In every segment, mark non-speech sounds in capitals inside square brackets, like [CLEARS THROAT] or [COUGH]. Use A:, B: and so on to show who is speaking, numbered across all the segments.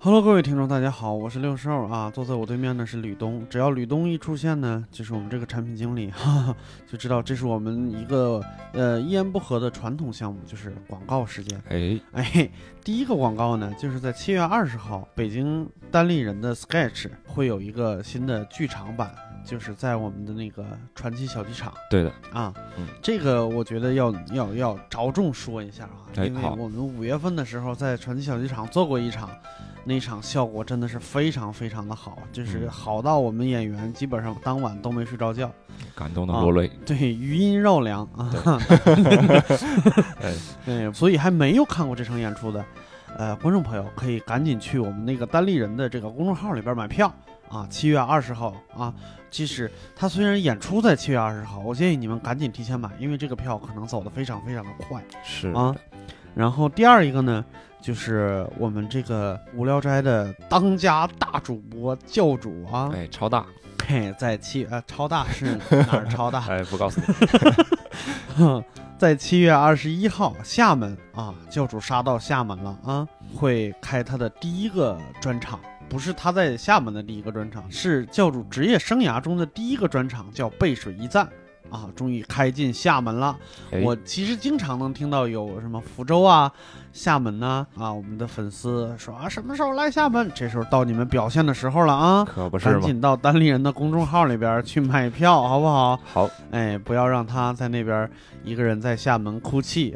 A: Hello，各位听众，大家好，我是六兽啊，坐在我对面的是吕东。只要吕东一出现呢，就是我们这个产品经理， [LAUGHS] 哈哈，就知道这是我们一个呃一言不合的传统项目，就是广告时间。
B: 哎，
A: 哎，第一个广告呢，就是在七月二十号，北京单立人的 Sketch 会有一个新的剧场版，就是在我们的那个传奇小剧场
B: 对的，
A: 啊。
B: 嗯
A: 这个我觉得要要要着重说一下啊，
B: 哎
A: 因为
B: 好
A: 我们五月份的时候在传奇小剧场做过一场，那一场效果真的是非常非常的好，就是
B: 嗯
A: 好到我们演员基本上当晚都没睡
B: [LAUGHS]
A: 着觉，
B: 感动的
A: 啊
B: 落泪。
A: 对，余音绕梁啊。
B: 哎，
A: 对， [LAUGHS] 所以还没有看过这场演出的，呃，观众朋友可以赶紧去我们那个单立人的这个公众号里边买票啊，七月二十号啊。即使他虽然演出在七月二十号，我建议你们赶紧提前买，因为这个票可能走得非常非常的快。
C: 嗯
B: 是
A: 啊
B: 的，
A: 然后第二一个呢，就是我们这个无聊斋的当家大主播教主啊，
B: 哎，超大，
A: 嘿，在七呃超大是哪儿超
C: [LAUGHS]
A: 大？
B: 哎，不告诉你，
A: 在七月二十一号，厦门啊，教主杀到厦门了啊，会开他的第一个专场，不是他在厦门的第一个专场，是教主职业生涯中的第一个专场，叫背水一战。啊，终于开进厦门了！
B: [LAUGHS] 哎，
A: 我其实经常能听到有什么福州啊、厦门呐啊我们的粉丝说啊，什么时候来厦门？这时候到你们表现的时候了啊！
B: 可不是
A: 赶
B: 嘛。
A: 紧到单立人的公众号里边去买票，好不好？
B: 好，
A: 哎，不要让他在那边儿一个人在厦门哭泣。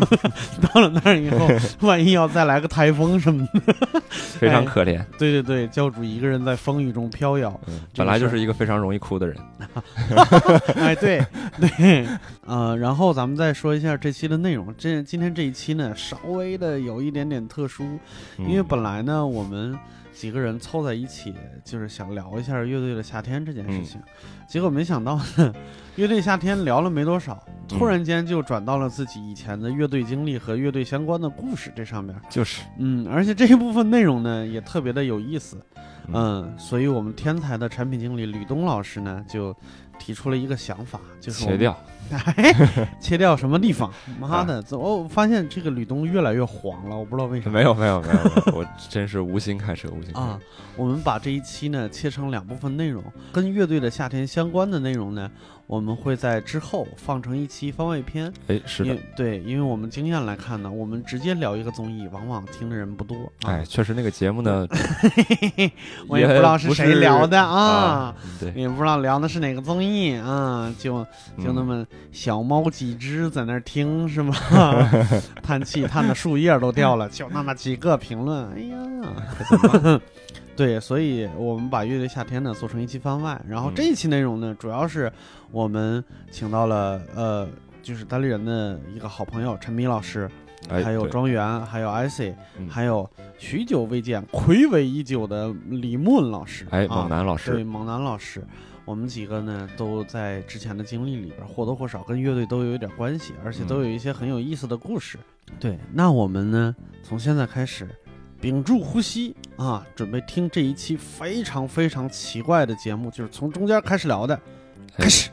B: [LAUGHS]
A: 到了那儿以后，万一要再来个台风什么的，
B: 非
A: 哎
B: 常可怜。
A: 对对对，教主一个人在风雨中飘摇。
B: 嗯，
A: 这个
B: 本来
A: 事
B: 就
A: 儿
B: 是一个非常容易哭的人。
A: 哎，对对，呃，然后咱们再说一下这期的内容。这今天这一期呢，稍微的有一点点特殊，
B: 嗯
A: 因为本来呢，我们几个人凑在一起，就是想聊一下乐队的夏天这件事情，结果没想到呢，乐队夏天聊了没多少，突然间就转到了自己以前的乐队经历和乐队相关的故事这上面。
B: 就是，
A: 嗯，而且这一部分内容呢，也特别的有意思。
B: 嗯
A: 嗯，所以我们天才的产品经理吕东老师呢，就提出了一个想法，就是我
B: 切
A: 们 [LAUGHS] 哎
B: 掉，
A: 切掉什么地方？妈的，怎么我发现这个吕东越来越黄了，我不知道为
B: [LAUGHS]
A: 啥。
B: 没有没有没有，没有我真是无心开车，无心开
A: 啊
B: 车。，
A: 我们把这一期呢切成两部分内容，跟乐队的夏天相关的内容呢，我们会在之后放成一期番外篇。
B: 哎，是
A: 因
B: 的，
A: 为对，因为我们经验来看呢，我们直接聊一个综艺，往往听的人不多。啊、，
B: 哎，，确实那个节目呢
A: 我也不知道是谁聊的啊
B: 啊。嗯对，
A: 也不知道聊的是哪个综艺啊，就就那
B: 嗯
A: 么小猫几只在那儿听
B: [LAUGHS]
A: 是吗？叹气叹的树叶都掉了，就那么几个评论，哎呀，对，所以我们把乐队夏天呢做成一期番外，然后
B: 嗯
A: 这一期内容呢，主要是我们请到了呃，就是单立人的一个好朋友陈米老师，
B: 哎，
A: 还有
B: 对
A: 庄园，还有 IC，、
B: 嗯
A: 还有许久未见、魁违已久的李梦老师，
B: 哎，
A: 啊
B: 猛男老
A: 对
B: 师，
A: 猛男老师，我们几个呢都在之前的经历里边或多或少跟乐队都有一点关系，而且
B: 嗯
A: 都有一些很有意思的故事。对，那我们呢从现在开始，屏住呼吸啊，准备听这一期非常非常奇怪的节目，就是从中间开始聊的，
B: 哎
A: 开始。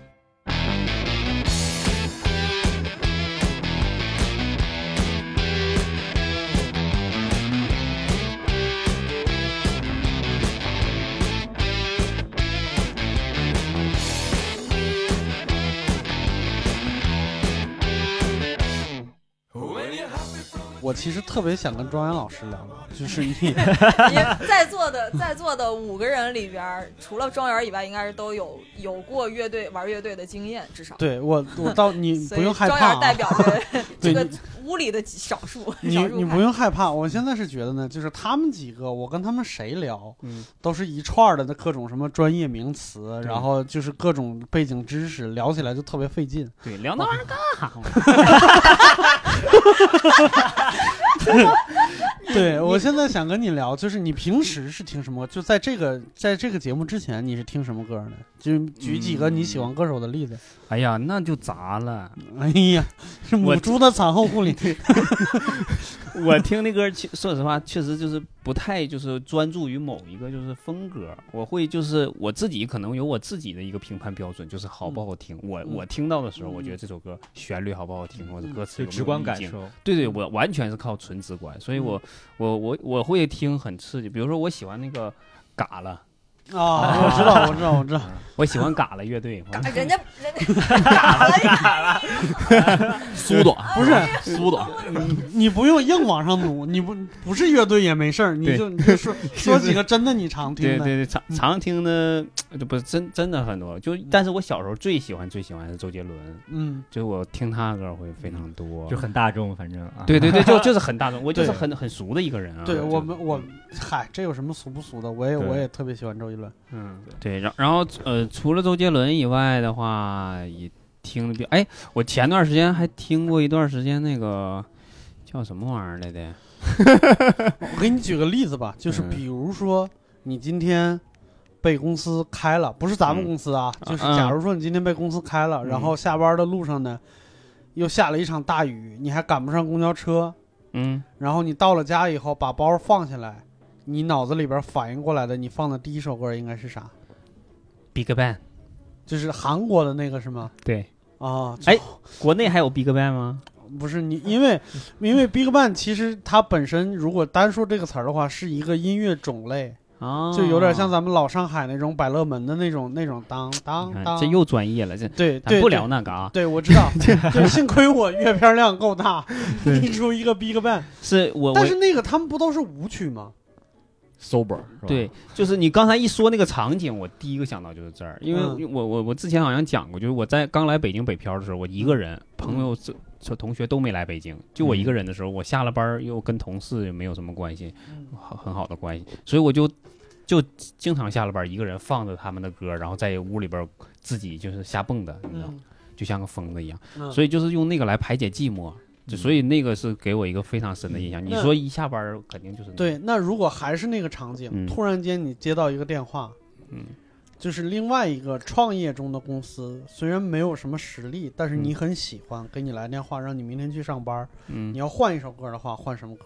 A: 我其实特别想跟庄园老师聊聊，就是你
D: 因为 [LAUGHS] 在座的在座的五个人里边儿，除了庄园以外，应该是都有有过乐队玩乐队的经验，至少。
A: 对我，我到你
D: 所
A: 不
D: 以
A: 用害
D: [LAUGHS] 庄
A: 怕、
D: 园
A: 啊，
D: 代表着
A: 对
D: 这个
A: 你
D: 屋里的少数，
A: 你
D: 少
A: 你
D: 数
A: 不
D: 派。
A: 用害怕，我现在是觉得呢，就是他们几个，我跟他们谁聊，
E: 嗯，
A: 都是一串儿的那各种什么专业名词，然后就是各种背景知识，聊起来就特别费劲。
E: 对，聊那玩意儿干哈嘛？
A: 对我现在想跟你聊，就是你平时是听什么？就在这个在这个节目之前，你是听什么歌呢？就举几个你喜欢歌手的例子。 [LAUGHS]
E: 哎呀，那就砸了。
A: 哎呀，是母
E: 我
A: 猪的产后护理。
E: 我听那歌，确说实话，确实就是
F: 不太就是专注于某一个就是风格，我会就是我自己可能有我自己的一个评判标准，就是好不好听。我
A: 嗯
F: 我听到的时候，
A: 嗯
F: 我觉得这首歌旋律好不好听，或者
A: 嗯
F: 歌词有没有
G: 直观感
F: 意境
G: 受，
F: 对对，我完全是靠纯直观，所以我、我我我会听很刺激，比如说我喜欢那个嘎了，
A: 啊，我知道，我知道，我知道，
F: 我喜欢嘎了乐队，我
D: 哎人家人家打了呀，
G: 苏朵
A: 不是
G: 苏朵，
A: 你不用硬往上努，你不不是乐队也没事儿，你
F: 对
A: 就你就说说几个真的你常
F: 对
A: 听
F: 对
A: 的，嗯
F: 对，常常听的就不是真真的很多，就但是我小时候最喜欢最喜欢的是周杰伦，
A: 嗯，
F: 就是我听他的歌会非常多，
G: 就很大众，反正啊，
F: [LAUGHS] 对对对，就就是很大众，我就是
A: 对
F: 很很熟的一个人啊。
A: 对
F: 就
A: 我们我嗨，这有什么俗不俗的？我也
F: 对
A: 我也特别喜欢周杰伦，
F: 嗯对，然然后呃，除了周杰伦以外的话，也听的比哎，我前段时间还听过一段时间那个叫什么玩意儿来的，
A: 我给你举个例子吧，就是
F: 嗯
A: 比如说你今天被公司开了，不是咱们
F: 嗯
A: 公司啊，就是
F: 嗯
A: 假如说你今天被公司开了，然后下班的路上呢，又下了一场大雨，你还赶不上公交车，
F: 嗯
A: 然后你到了家以后把包放下来，你脑子里边反应过来的，你放的第一首歌应该是啥？
F: ，Big Bang，
A: 就是韩国的那个是吗？
F: 对，
A: 啊，
F: 哎国内还有 Big Bang 吗？
A: 不是你，因为因为 BigBang 其实它本身如果单说这个词儿的话，是一个音乐种类，
F: 啊，
A: 就有点像咱们老上海那种百乐门的那种那种当当
F: 你看
A: 当，
F: 这又专业了，这
A: 对
F: 咱
A: 对
F: 不聊
A: 呢。
F: 那个啊，
A: 对，我知
F: [LAUGHS]
A: 道，就幸亏我阅片量够大， [LAUGHS] 逼出一个 BigBang。
F: 是我我
A: 但是那个他们不都是舞曲吗？
G: ，sober，是
A: [LAUGHS]
G: 吧
F: 对，，就是你刚才一说那个场景，我第一个想到就是这儿，因为
A: 嗯
F: 我我我之前好像讲过，就是我在刚来北京北漂的时候，我一个
A: 嗯
F: 人，朋友这这同学都没来北京，就我一个人的时候，我下了班儿又跟同事也没有什么关系，
A: 嗯
F: 很很好的关系，所以我就就经常下了班儿一个人放着他们的歌，然后在屋里边儿自己就是瞎蹦的，你知道，
A: 嗯，
F: 就像个疯子一样，
A: 嗯
F: 所以就是用那个来排解寂寞。就所以那个是给我一个非常深的印象。
A: 嗯
F: 你
A: 那
F: 说一下班儿肯定就是那
A: 对，，那如果还是那个场景，
F: 嗯
A: 突然间你接到一个电话，
F: 嗯，
A: 就是另外一个创业中的公司，虽然没有什么实力，但是你很喜欢，给你来电话让你明天去上班，
F: 嗯
A: 你，要换一首歌的话，换什么
F: [LAUGHS]
A: 歌？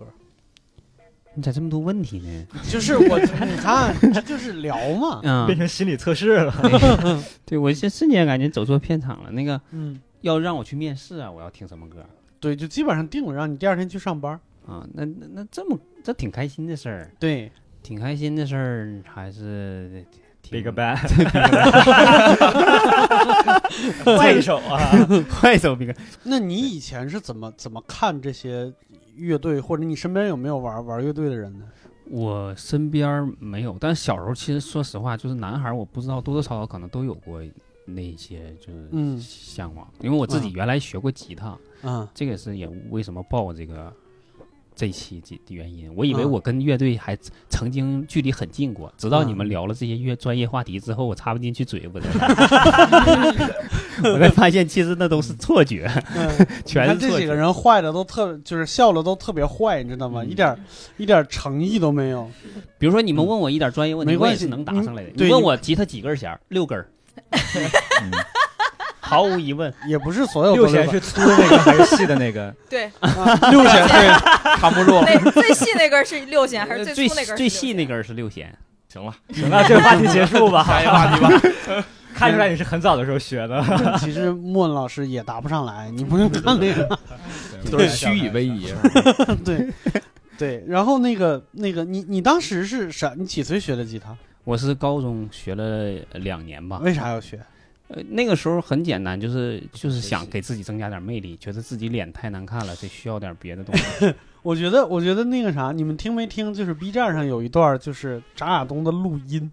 F: 你咋这么多问题呢？
A: 就是我，你看，这就是聊嘛，
F: [LAUGHS] 嗯
G: 啊变成心理测试了，
F: [LAUGHS] 对我现瞬间感觉走错片场了。那个
A: 嗯，
F: 要让我去面试啊，我要听什么歌
A: 对，就基本上定了，让你第二天去上班。
F: 啊？那那那这么这挺开心的事儿，
A: 对，
F: 挺开心的事儿，还是挺
G: Big
F: [LAUGHS]
G: Bang，换
F: [LAUGHS]
G: 一 [LAUGHS] 首啊，
F: 快手 Big Bang
A: 那你以前是怎么怎么看这些乐队，或者你身边有没有玩玩乐队的人呢？
F: [LAUGHS] 我身边儿没有，但小时候其实说实话，就是男孩儿，我不知道多多少少可能都有过那些就是
A: 嗯
F: 向往，因为我自己原来学过吉他，
A: [LAUGHS] 嗯
F: 这个是也为什么报这个这期的原因。我以为
A: 嗯
F: 我跟乐队还曾经距离很近过，直到你们
A: 嗯
F: 聊了这些乐专业话题之后，我插不进去嘴，我才我才发现其实那都是错觉，
A: 嗯，
F: 全
A: 你看
F: 是
A: 这
F: 错
A: 几个
F: 觉。
A: 人坏的都特，就是笑的都特别坏，你知道吗？
F: 嗯
A: 一点一点诚意都没有。
F: 比如说你们问我一点专业问题，
A: 没关系
F: 我也是能答上来的。
A: 嗯
F: 你
A: 对
F: 问
A: 你
F: 我吉他几根弦儿？六根儿， [LAUGHS] 毫无疑问。
A: 也不是所有
G: 六
A: 都
G: 弦
A: 吧
G: 是粗的那个还是细的那个？ [LAUGHS]
D: 对，
A: [LAUGHS] 啊六弦对，
G: 扛
D: [LAUGHS]
G: 不住，
D: 那最细那根儿是六弦还是
F: 呃
D: 最
F: 最
D: 粗那根儿是六弦？
F: 最细那根儿是六弦，
B: 行了，
G: 行了，这个话题结束吧，
B: 下一个话题吧。
G: 看出来你是很早的时候学的，
A: [LAUGHS] 其实莫文老师也答不上来，你不用看那个。
B: 都是虚以为夷，
A: 对
G: [LAUGHS]
A: 对，然后那个那个，你你当时是啥？你几岁学的吉他？
F: 我是高中学了两年吧。
A: 为啥要学？
F: 呃，那个时候很简单，就是就是
G: 习
F: 想给自己增加点魅力，觉得自己脸太难看了，得需要点别的东西。
A: 我觉得我觉得那个啥，你们听没听？就是 B 站上有一段就是张亚东的录音，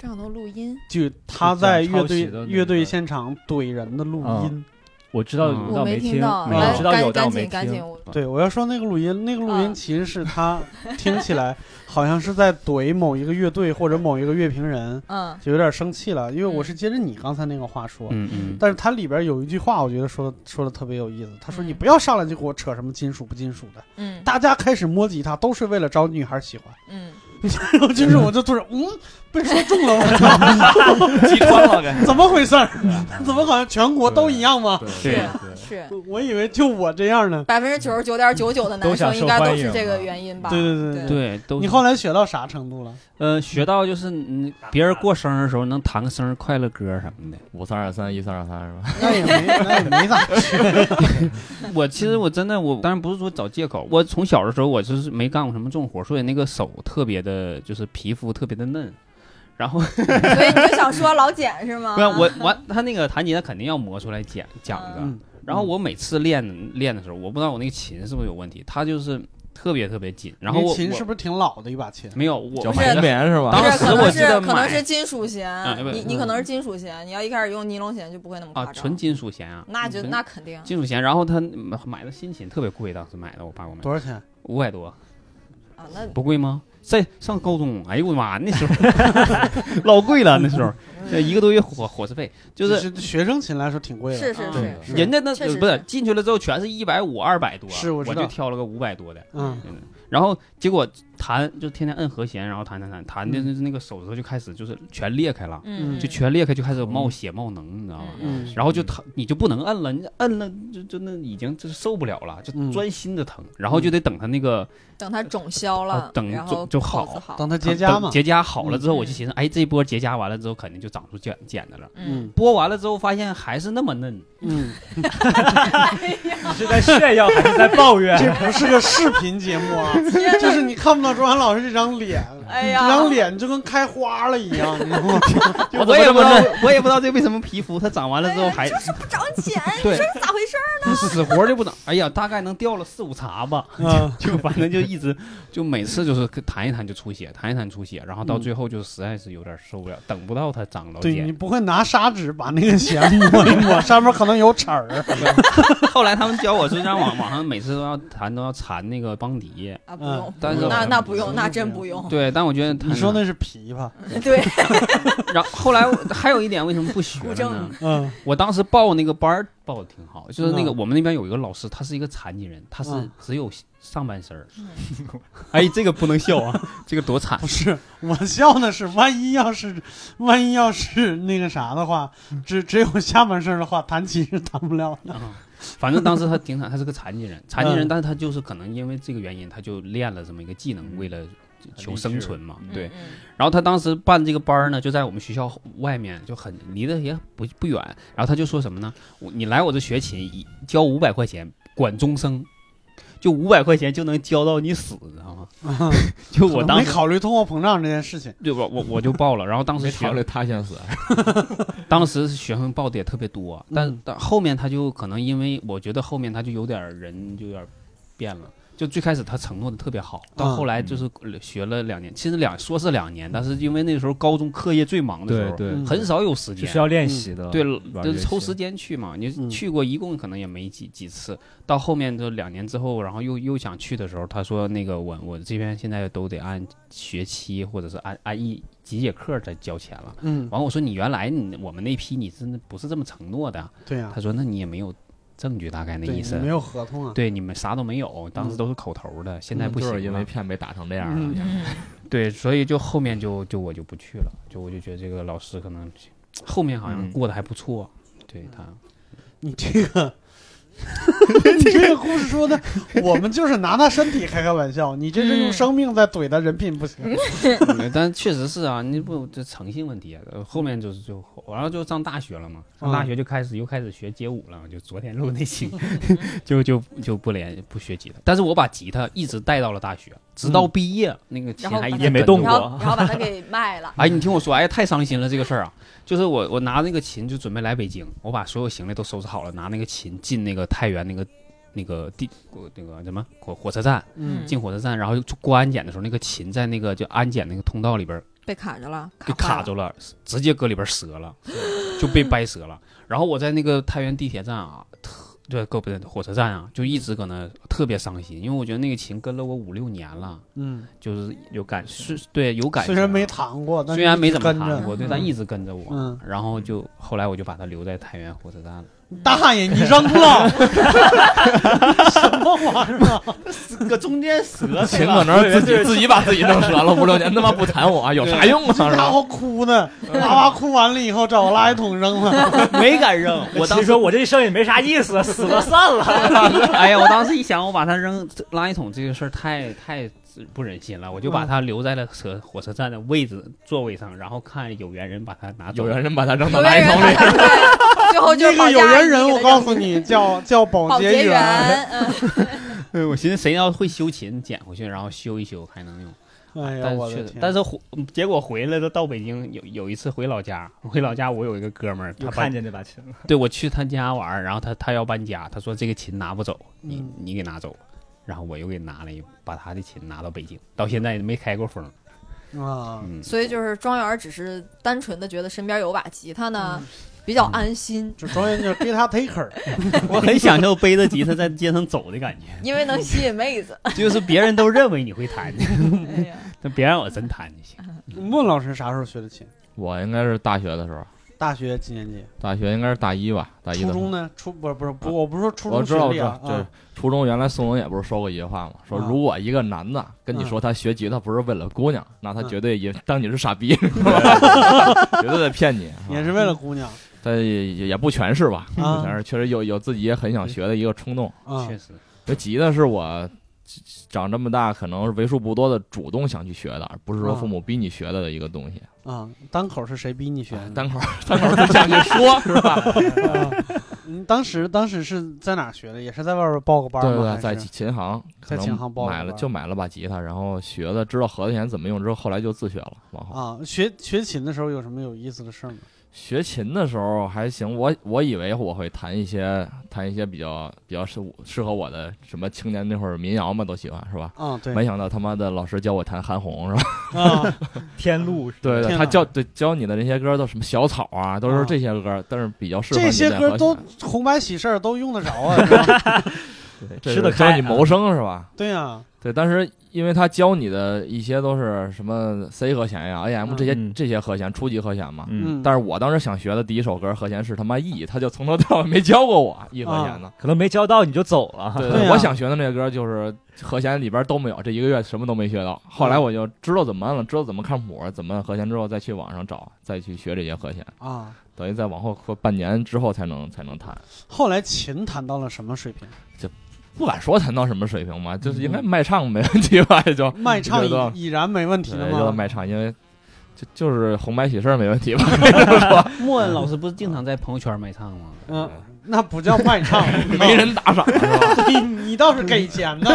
D: 这样都录音，
A: 就他在
G: 就讲
A: 乐
G: 抄袭
A: 队
G: 的那个
A: 乐队现场怼人的录
G: 嗯
A: 音。
G: 我知道，
F: 嗯
G: 倒
D: 我
G: 没
D: 听到，
A: 没有
D: 来
G: 我知道有，
D: 赶
G: 但我
D: 紧
G: 没
D: 赶紧，
G: 听。
D: 我
A: 对，我要说那个录音，那个录音
D: 啊
A: 其实是他 [LAUGHS] 听起来好像是在怼某一个乐队或者某一个乐评人，
D: 嗯
A: 就有点生气了。因为我是接着你刚才那个话说，
F: 嗯嗯，
A: 但是它里边有一句话，我觉得说的说的特别有意思。他说：“
D: 嗯
A: 你不要上来就给我扯什么金属不金属的，
D: 嗯
A: [LAUGHS] 大家开始摸吉他都是为了招女孩喜欢。
D: 嗯，
A: 然后就是我就突然嗯被说中了， [LAUGHS] 我操，
F: 嗯
C: 击穿了该。
A: 怎么回 [LAUGHS] 事儿？怎么好像全国都一样吗？
B: 对
F: 是
B: 对
D: 是
A: 我我以为就我这样呢。
D: 百分之九十九点九九的男
G: 都想
D: 生
G: 受
D: 应该都
G: 欢
D: 是
G: 迎
D: 这
G: 啊
D: 个原因吧？
A: 对对对
D: 对
F: [LAUGHS] 对，都
A: 你后来学到啥程度了？
F: 呃学到就是嗯，别人过生日的时候能弹个生日快乐歌什么的。
C: 五三二三一三二三是吧？
A: [LAUGHS] 那也没那也没咋
F: 我其实我真的我当然不是说找借口，我从小的时候我就是没干过什么重活，所以那个手特别的，就是皮肤特别的嫩。然后
D: 所以你就想说老茧是吗？
F: 不然我我他那个弹琴他肯定要磨出来茧茧子
A: 嗯，
F: 然后我每次练练的时候，我不知道我那个琴是不是有问题，它就是特别特别紧。然后
A: 那
F: 我
A: 琴
F: 我
A: 是不是挺老的一把琴？
F: 没有我啊
C: 叫
D: 不是
C: 海绵是
D: 不
C: 吧？
F: 当
D: 是，
F: 时
D: 可能
F: 我
D: 是
F: 记得
D: 可能
F: 买
D: 是金属弦
F: 哎，不
D: 你你可能是金属弦，你要一开始用尼龙弦就不会那么夸
F: 啊，
D: 张。
F: 纯金属弦啊，
D: 那就
F: 纯
D: 那肯定。
F: 金属弦。然后他嗯买的新琴特别贵，当时买的，我爸给我买的
A: 多少钱？
F: 五百多，
D: 啊，那
F: 不贵吗？在上高中，哎呦我的
A: [LAUGHS]
F: 妈，那时候 [LAUGHS] 老贵了，那时候那
A: 嗯
F: 一个多月伙伙食费就。
A: 就是是学生琴来说挺贵的，
D: 是是
F: 嗯
D: 是，
A: 是
F: 人家那
D: 确实
F: 不
D: 是
F: 是进去了之后全是一百五、二百多，
A: 是我
F: 我
A: 知道
F: 就挑了个五百多的，
A: 嗯，
F: 然后结果弹就天天摁和弦，然后弹弹弹弹的那个手指头就开始就是全裂开了，
D: 嗯，
F: 就全裂开就开始冒血冒脓，你知道吗？
A: 嗯
F: 然后就疼，你就不能摁了，你摁了就就那已经就是受不了了，就
A: 嗯
F: 钻心的疼，然后就得等它那个
D: 等它肿消
F: 啊
D: 了，
F: 等
D: 然
F: 就
D: 后
F: 就
D: 口
F: 好
D: 子好，
A: 等它结痂
F: 等
A: 嘛。
F: 啊结痂好了之后，
D: 嗯
F: 我就寻思，哎，这波结痂完了之后，肯定就长出茧茧子了。
A: 嗯
F: 剥完了之后，发现还是那么嫩，
A: 嗯，
G: 你是在炫耀还是在抱怨？
A: [LAUGHS] 这不是个视频节目啊，
D: 嗯 [LAUGHS] 天
A: 就
D: 哪，
A: 是你看不到周涵老师这张脸，
D: 哎
A: 这
D: 呀，
A: 张脸就跟开花了一样，你知道吗？
F: [LAUGHS] 我也不知道， [LAUGHS] 哎我也不知道这为什么皮肤它长完了之后还
D: 哎就是不长
F: [LAUGHS]
D: 茧，你
F: 对
D: 说是咋回事儿？
F: 死活就不长。哎呀，大概能掉了四五茬吧，
A: 嗯，
F: [LAUGHS] 就反正就一直就每次就是弹一弹就出血，弹一弹出血，然后到最后就实在是有点受不了，等不到它长到
A: 嗯对你
F: 茧。
A: 不会拿砂纸把那个弦抹一抹，上面可能有齿
F: [LAUGHS]
A: 儿。
F: [LAUGHS] 后来他们教我是让网网上每次都要弹都要缠那个邦迪，
D: 啊，不
A: 嗯
D: 用，
F: 但是
D: 那
F: 我
D: 那不用，那真
A: 不
D: 不用。
F: 对，但我觉得弹
A: 哦你说那是琵琶，
D: 对，
F: 然后后来我还有一点，为什么不学
D: 古
F: 了
D: 筝
F: 呢？
A: 嗯
F: 我当时报那个班儿报的挺好，就是那个
A: 嗯
F: 我们那边有一个老师，他是一个残疾人，他是
A: 嗯
F: 只有上半身儿。 [LAUGHS] 哎，这个不能笑啊，这个多
A: [LAUGHS]
F: 惨
A: 不！是，我笑的是，万一要是万一要是那个啥的话，
F: 嗯
A: 只只有下半身的话，弹琴是弹不了 [LAUGHS] 的。
F: 啊反正当时他挺惨，他是个残疾人，残疾人，
A: 嗯
F: 但是他就是可能因为这个原因，他就练了这么一个技能，为
A: 嗯
F: 了求生存嘛。 [LAUGHS] 对。
D: 嗯，
F: 然后他当时办这个班儿呢，就在我们学校外面，就很离得也不不远。然后他就说什么呢？我你来我这学琴，一交五百块钱，管终生，就五百块钱就能教到你死，知道吗？
A: [LAUGHS]
F: [LAUGHS] 就我当
A: 没
F: 时
A: 考虑通货膨胀这件事情。
F: 对吧？我我就报了，然后当时
C: 没考虑
F: 学
C: 他先死，
F: 当时学生报的也特别多，但
A: 嗯
F: 但后面他就可能因为我觉得后面他就有点儿人就有点儿变了。就最开始他承诺的特别好，到
A: 嗯
F: 后来就是学了两年，其实两说是两年，但是因为那时候高中课业最忙的时候，
A: 嗯
F: 很少有时
G: 这
F: 间
G: 是，要练习的。
F: 对，
G: 玩
F: 就
G: 乐
F: 是抽
G: 器
F: 时间去嘛。你
A: 嗯
F: 去过一共可能也没几几次，到后面就两年之后，然后又又想去的时候，他说那个我我这边现在都得按学期或者是按按一几节课再交钱了。
A: 嗯，
F: 完我说你原来你我们那批你真的不是这么承诺的啊，
A: 对呀、
F: 他说那你也没有证据，大概那
A: 对，
F: 意
A: 你
F: 思。
A: 没有合同啊。
F: 对，你们啥都没有，当时都是口头的，现在
C: 嗯
F: 不
C: 就
F: 行了。
C: 是因为骗被打成这样
A: 嗯
C: 了。
F: 对，所以就后面就就我就不去了，就我就觉得这个老师可能后面好像
C: 嗯
F: 过得还不错，对他。
A: 你这
F: [LAUGHS]
A: 个，你这个故事说的，我们就是拿他身体开开玩笑，你这是用
D: 嗯
A: 生命在怼他人品不行。
F: [LAUGHS] 嗯但确实是啊，你不这诚信问题啊。呃后面就是就，然后就上大学了嘛，上大学就开始又开始学街舞了，就昨天录那期， [LAUGHS] 就就就不连不学吉他，但是我把吉他一直带到了大学，直到毕业、那个琴
D: 然后
F: 还一
D: 把
F: 直
D: 它
G: 没
F: 跟着
G: 动
F: 我，
D: 然
G: 过
D: 后然后把它给卖了
F: 哎，你听我说，哎，太伤心了这个事儿啊，就是我我拿那个琴就准备来北京，我把所有行李都收拾好了，拿那个琴进那个太原那个那个地那个什么火火车站，
A: 嗯
F: 进火车站，然后就过安检的时候，那个琴在那个就安检那个通道里边
D: 被卡着了，
F: 就
D: 坏
F: 卡
D: 了。
F: 住了，直接搁里边折
G: [LAUGHS]
F: 了，就被掰折了。然后我在那个太原地铁站啊，特对，搁不对，火车站啊，就一直搁那特别伤心，因为我觉得那个琴跟了我五六年了，
A: 嗯，
F: 就是
G: 有感情，
F: 是对有感情，
A: 虽然没，弹过，但
F: 嗯虽然没怎么
A: 弹
F: 弹过，对，
D: 嗯
F: 但一直跟着我。
A: 嗯
F: 然后就后来我就把它留在太原火车站了，
A: 大汉爷，你扔了， [LAUGHS] 什么玩意儿啊？
G: 搁中间折
C: 秦可能自己自己把自己弄折了，五六年他妈不弹我有啥用啊？是
A: 然
C: 吧？
A: 后哭呢，
F: 嗯
A: 哇哇哭完了以后找个垃圾桶扔了。
G: [LAUGHS] 没敢
F: [LAUGHS]
G: 扔。
C: 我
G: 我
C: 当
G: 当
C: 时
G: 时说我这一生也没啥意思，死了算了。
F: [LAUGHS] 哎呀，我当时一想，我把他扔垃圾桶这个事儿太太不忍心了，我就把他留在了车火车站的位置座位上，然后看有缘人把他拿走。
C: 有缘人把他扔到
D: 有
C: 垃圾
D: 缘人
C: 桶里，
D: [LAUGHS] 对，最后就
A: 那
D: 是保
A: 个
D: 洁
A: 有
D: 阿姨
A: 缘人，
D: 给
A: 我
D: 他
A: 告
D: 扔
A: 诉你，叫叫保
D: 保
A: 洁
D: 洁
A: 员。 [LAUGHS]
D: 员，嗯，
A: 哎
F: 对，我寻思谁要会修琴，捡回去然后修一修还能用。
A: 哎呀，
F: 但
A: 我
F: 是
A: 的
F: 确实
A: 天！
F: 但是回结果回来的到北京有有一次回老家，回老家我有一个哥们儿，他
G: 就
F: 搬
G: 看见这把琴了，
F: 对我去他家玩儿，然后他他要搬家，他说这个琴拿不走，你
A: 嗯
F: 你给拿走，然后我又给拿了一把他的琴拿到北京，到现在没开过封。
A: 啊，
F: 嗯，
D: 所以就是庄园只是单纯的觉得身边有把吉他呢，比较安心，
A: 这专业就是 guitar taker，
F: 我很享受背着吉他在街上走的感觉，
D: [LAUGHS] 因为能吸引妹子。
F: 就是别人都认为你会弹，
D: 哎呀，
F: 但别让我真弹就行。
A: 孟老师啥时候学的琴？
C: 我应该是大学的时候，
A: 大学几年级？
C: 大学应该是大一吧，大一
A: 初
C: 的时候。
A: 中呢？初不是不是不，我不是说初
C: 我
A: 中
C: 知道，
A: 学
C: 我
A: 历
C: 知道
A: 啊，，
C: 这
A: 啊
C: 初中原来宋龙也不是说过一句话吗？说
A: 啊
C: 如果一个男的跟你说他学吉他不是为了姑娘，那
A: 嗯
C: 他绝对也当你是
A: [LAUGHS]
C: 傻逼，是吧绝对在骗你。
A: 也是为了姑娘
C: 但也也不全是吧？
A: 嗯啊
C: 不全是，确实有有自己也很想学的一个冲动。
A: 啊
F: 确，实，
C: 这吉他是我长这么大可能是为数不多的主动想去学的，而不是说
A: 啊
C: 父母逼你学的一个东西。
A: 啊，单口是谁逼你学的？
C: 单啊口单口就想去
A: [LAUGHS]
C: 说，是吧？
A: 啊 [LAUGHS] 嗯，当时当时是在哪儿学的？也是在外边报个班
C: 对
A: 吗？
C: 对，
A: 还
C: 对在
A: 是
C: 琴行，可
A: 在
C: 能
A: 琴行报
C: 买
A: 了
C: 了
A: 吧
C: 就买了把吉他，然后学了，知道和弦怎么用之后，后来就自学了。往后
A: 啊，学学琴的时候有什么有意思的事儿吗？
C: 学琴的时候还行，我我以为我会弹一些弹一些比较比较适适合我的什么青年那会儿民谣嘛，都喜欢是吧？
A: 啊，对
C: 没想到他妈的老师教我弹韩红是吧？ [LAUGHS]
A: 啊，
G: 天路是吧
C: 对
A: 天
C: 对，
A: 哪
C: 他教对教你的那些歌都什么小草啊，都
A: 啊
C: 是这些歌，但是比较适合
A: 这
C: 你
A: 些
C: 在
A: 歌
C: 和
A: 都
C: 弦
A: 红白喜事儿都用得着
C: [LAUGHS]
A: 啊。是吧
C: 对这
G: 吃
C: 是
G: 得
C: 教
G: 开
C: 你
G: 啊
C: 谋生是吧？
A: 对啊呀，
C: 对，但是因为他教你的一些都是什么 C 和弦呀、A M
A: 嗯
C: 这些、
G: 嗯
C: 这些和弦，初级和弦嘛。
G: 嗯，
A: 嗯，
C: 但是我当时想学的第一首歌和弦是他妈 E，他就从头到尾没教过我 E 和弦呢。
G: 可能没教到你就走了。
C: 对
A: 对啊
C: 我想学的那个歌就是和弦里边都没有，这一个月什么都没学到。后来我就知道怎么按了，知道怎么看谱，怎么按和弦之后再去网上找，再去学这些和弦，
A: 啊，
C: 等于再往后过半年之后才能才能弹。
A: 后来琴弹到了什么水平？
C: 不敢说弹到什么水平吧，就是应
A: 嗯
C: 该卖唱没问题吧，也就
A: 卖唱
C: 觉得
A: 已已然没问题了
C: 对，就
A: 吗？
C: 卖唱，因为就就是红白喜事儿没问题
A: [LAUGHS]
C: 吧？
F: [LAUGHS] 莫恩老师不是经常在朋友圈卖唱吗？
A: 嗯，那不叫卖唱，
C: 没人打赏是吧？
A: 你你倒是给钱呢，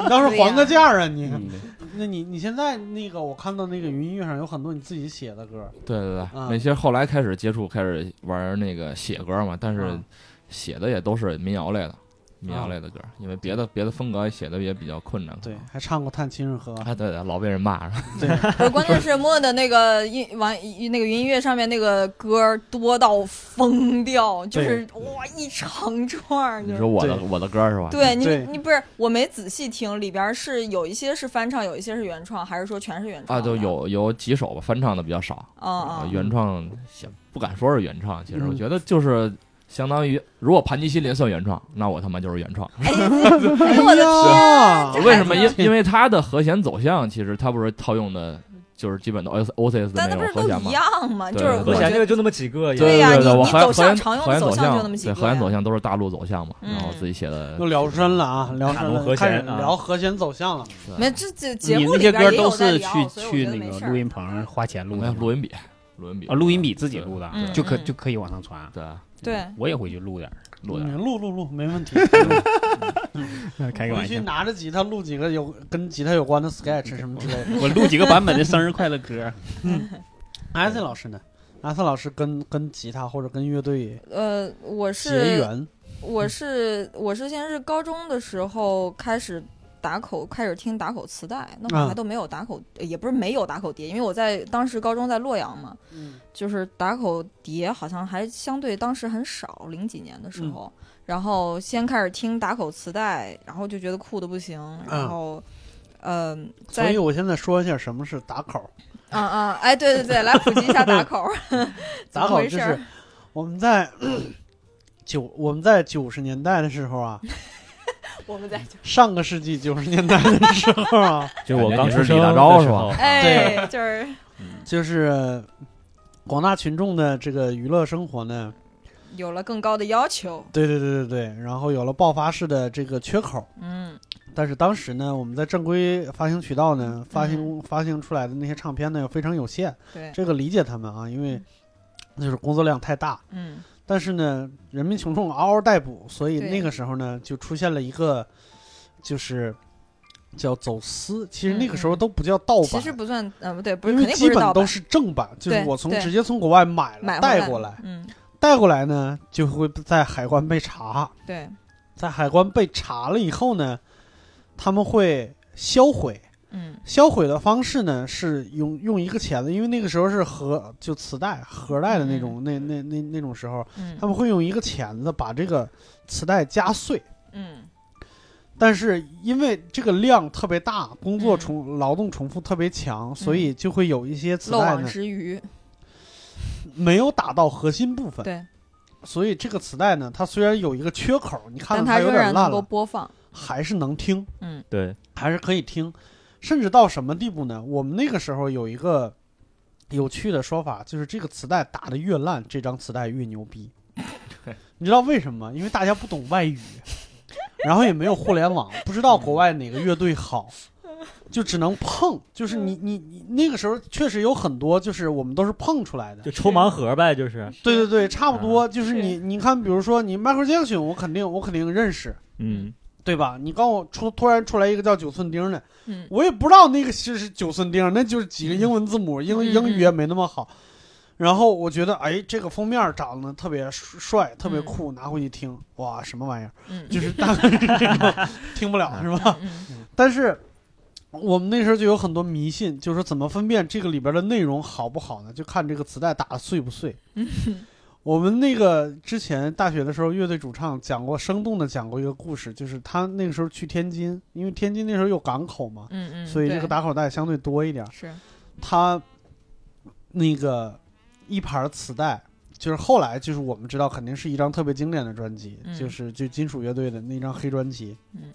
A: 你倒是还个价啊你。
F: 嗯，对
A: 那你你现在那个，我看到那个云音乐上有很多你自己写的歌，
C: 对对对，
A: 嗯
C: 那些后来开始接触，开始玩那个写歌嘛，但是
A: 嗯
C: 写的也都是民谣类
A: 啊
C: 的，民谣类的歌，因为别的别的风格写的也比较困难。
A: 对，还唱过《探亲日和》，
C: 啊，对对，老被人骂是吧？
D: 不是关键是莫的那个音完那个云音乐上面那个歌儿多到疯掉，就是哇一长串儿就
C: 你
D: 是。
C: 说我
A: [LAUGHS]
C: 的
A: 对
C: 我的歌是吧？
D: 对你
A: 对，
D: 你不是我没仔细听，里边儿是有一些是翻唱，有一些是原创，还是说全是原创
C: 啊，
D: 的？
C: 都有有几首吧，翻唱的比较少，呃
D: 啊啊！
C: 原创也不敢说是原创，其实
A: 嗯
C: 我觉得就是相当于，如果盘尼西林算原创，那我他妈就
A: [LAUGHS]
C: 是原创。
D: 哎呀，哎呦我的天！啊
A: 哎呀
D: 这
C: 为什么？
D: 还
A: [LAUGHS]
C: 因
A: 挺
C: 因为它的和弦走向，其实它不是套用的，就是基本的 O C S 的
D: 但
C: 那
D: 它不
C: 种
D: 是
C: 和
D: 都
C: 弦
D: 一
C: 吗？
D: 样吗？就
C: 对
D: 是
C: 对
D: 我
C: 对
D: 觉
G: 和弦这
D: 得
G: 个就那么几个，也
D: 对呀
C: 对
D: 你
C: 我
D: 你
C: 和
D: 走
C: 和
D: 向
C: 弦
D: 常用
C: 和弦
D: 走
C: 走
D: 向
C: 向
D: 就那么几
C: 对
D: 个
C: 和弦
D: 呀
C: 走向都是大陆走向嘛，然后
D: 嗯
C: 自己写的
A: 又聊深了啊，聊深
G: 卡农
A: 了，
G: 和
A: 开
G: 弦
A: 始
G: 啊
A: 聊和弦走向了。
D: 没这这节
F: 你
D: 目
F: 那
D: 里
F: 些
D: 边儿
F: 歌
D: 也
F: 都
D: 有在
F: 是
D: 聊
F: 去
D: 所以我
F: 去
D: 觉得
F: 那
D: 没事
F: 个
D: 儿
F: 录音棚花钱录
C: 没
F: 的
C: 有
F: 吗，
C: 录音笔，录音笔
F: 啊，录音笔自己录的
D: 嗯，
F: 就可
D: 嗯
F: 就可以往上传。嗯
C: 对
D: 对
F: 我也回去录
D: [LAUGHS]
F: 点儿，嗯
C: 录的
A: 嗯录录录，没问题。
F: 开
A: 回去。拿着吉他录几个有跟吉他有关的 sketch 什么之类的。
F: 我录几个版本的生日快乐歌，
A: 艾森老师呢？艾森老师跟跟吉他或者跟乐队
D: 呃，我
A: 结
D: 是
A: 缘嗯
D: 我是我是先是高中的时候开始打口开始听打口磁带，那会
A: 啊
D: 儿还都没有打口，呃也不是没有打口碟，因为我在当时高中在洛阳嘛，
A: 嗯
D: 就是打口碟好像还相对当时很少，零几年的
A: 嗯
D: 时候，然后先开始听打口磁带，然后就觉得酷的不行，
A: 啊
D: 然后。嗯，
A: 所
D: 在
A: 以我现在说一下什么是打口。
D: 嗯嗯，
A: [LAUGHS]
D: 哎， [LAUGHS] 对对对，来普及一下打口，怎
A: 打
D: 么
A: 口
D: 回
A: 就
D: 事儿
A: 是我们在 [CLEARS THROAT] 九我们在九十年代的时候
D: [LAUGHS]
A: 啊，
D: 我们在
A: 上个世纪九十年代的时候啊， [LAUGHS]
G: 就我
C: 感
G: 刚
C: 觉
G: 出
C: 你是
G: 生
C: 李大钊
G: 的
C: 是
G: 时
C: 吧
G: 候，
D: 哎，就是
A: 就是广大群众的这个娱乐生活呢，
D: 有了更高的要求。
A: 对对对对对，然后有了爆发式的这个缺口。
D: 嗯
A: 但是当时呢，我们在正规发行渠道
D: 嗯
A: 呢，发行发行出来的那些唱片呢，又非常有限，
D: 对，
A: 这个理解他们啊，因为就是工作量太大。
D: 嗯
A: 但是呢，人民群众嗷嗷待哺，所以
D: 对
A: 那个时候呢，就出现了一个，就是叫走私。其实那个时候都不叫盗版，
D: 嗯其实不算，呃，不对，不是，
A: 因
D: 肯
A: 为
D: 定
A: 基
D: 不是
A: 本
D: 盗
A: 都
D: 版，
A: 是正版，就是
D: 对
A: 我从
D: 对
A: 直接从国外买
D: 买
A: 了带过
D: 过
A: 来，
D: 嗯，
A: 带过来呢就会在海关被查，
D: 对，
A: 在海关被查了以后呢，他们会销毁。
D: 嗯
A: 销毁的方式呢是用用一个钳子，因为那个时候是盒就磁带盒带的那种、那那那那种时候，他
D: 嗯
A: 们会用一个钳子把这个磁带夹碎。
D: 嗯，
A: 但是因为这个量特别大，工作
D: 嗯
A: 重、劳动重复特别强，所以就会有一些磁
D: 漏
A: 带
D: 网
A: 呢
D: 之鱼，
A: 没有打到核心部分。
D: 对，
A: 所以这个磁带呢，它虽然有一个缺口，你看
D: 但
A: 着
D: 它
A: 它有
D: 仍
A: 点
D: 然能
A: 烂
D: 够
A: 了，
D: 播放。
A: 还是能听，
D: 嗯
G: 对，
A: 还是可以听。甚至到什么地步呢？我们那个时候有一个有趣的说法，就是这个磁带打得越烂，这张磁带越牛 [LAUGHS] 逼。你知道为什么吗？因为大家不懂外语，然后也没有互联网，不知道国外哪个乐队好，就只能碰。就是你你你那个时候确实有很多，就是我们都是碰出来的。
G: 就抽盲盒呗，就是，
A: 对对对，差不多。就是你你看，比如说你 Michael Jackson，我肯定我肯定认识，
G: 嗯，
A: 对吧？你刚我出突然出来一个叫九寸钉的，
D: 嗯
A: 我也不知道那个是是九寸钉，那就是几个英文字母，英
D: 嗯
A: 英语也没那么好。然后我觉得，哎，这个封面长得特别帅，特别酷，拿回去听，哇，什么玩意儿？
D: 嗯，
A: 就是大概是这种，听不了是
D: [LAUGHS]
A: 啊吧？
D: 嗯嗯
A: 但是我们那时候就有很多迷信，就是怎么分辨这个里边的内容好不好呢？就看这个磁带打的碎不碎。我们那个之前大学的时候，乐队主唱讲过，生动的讲过一个故事，就是他那个时候去天津，因为天津那时候有港口嘛，
D: 嗯嗯，
A: 所以这个
D: 对
A: 打口袋相对多一点。
D: 是
A: 他那个一盘磁带，就是后来就是我们知道肯定是一张特别经典的专辑，
D: 嗯
A: 就是就金属乐队的那张黑专辑。
D: 嗯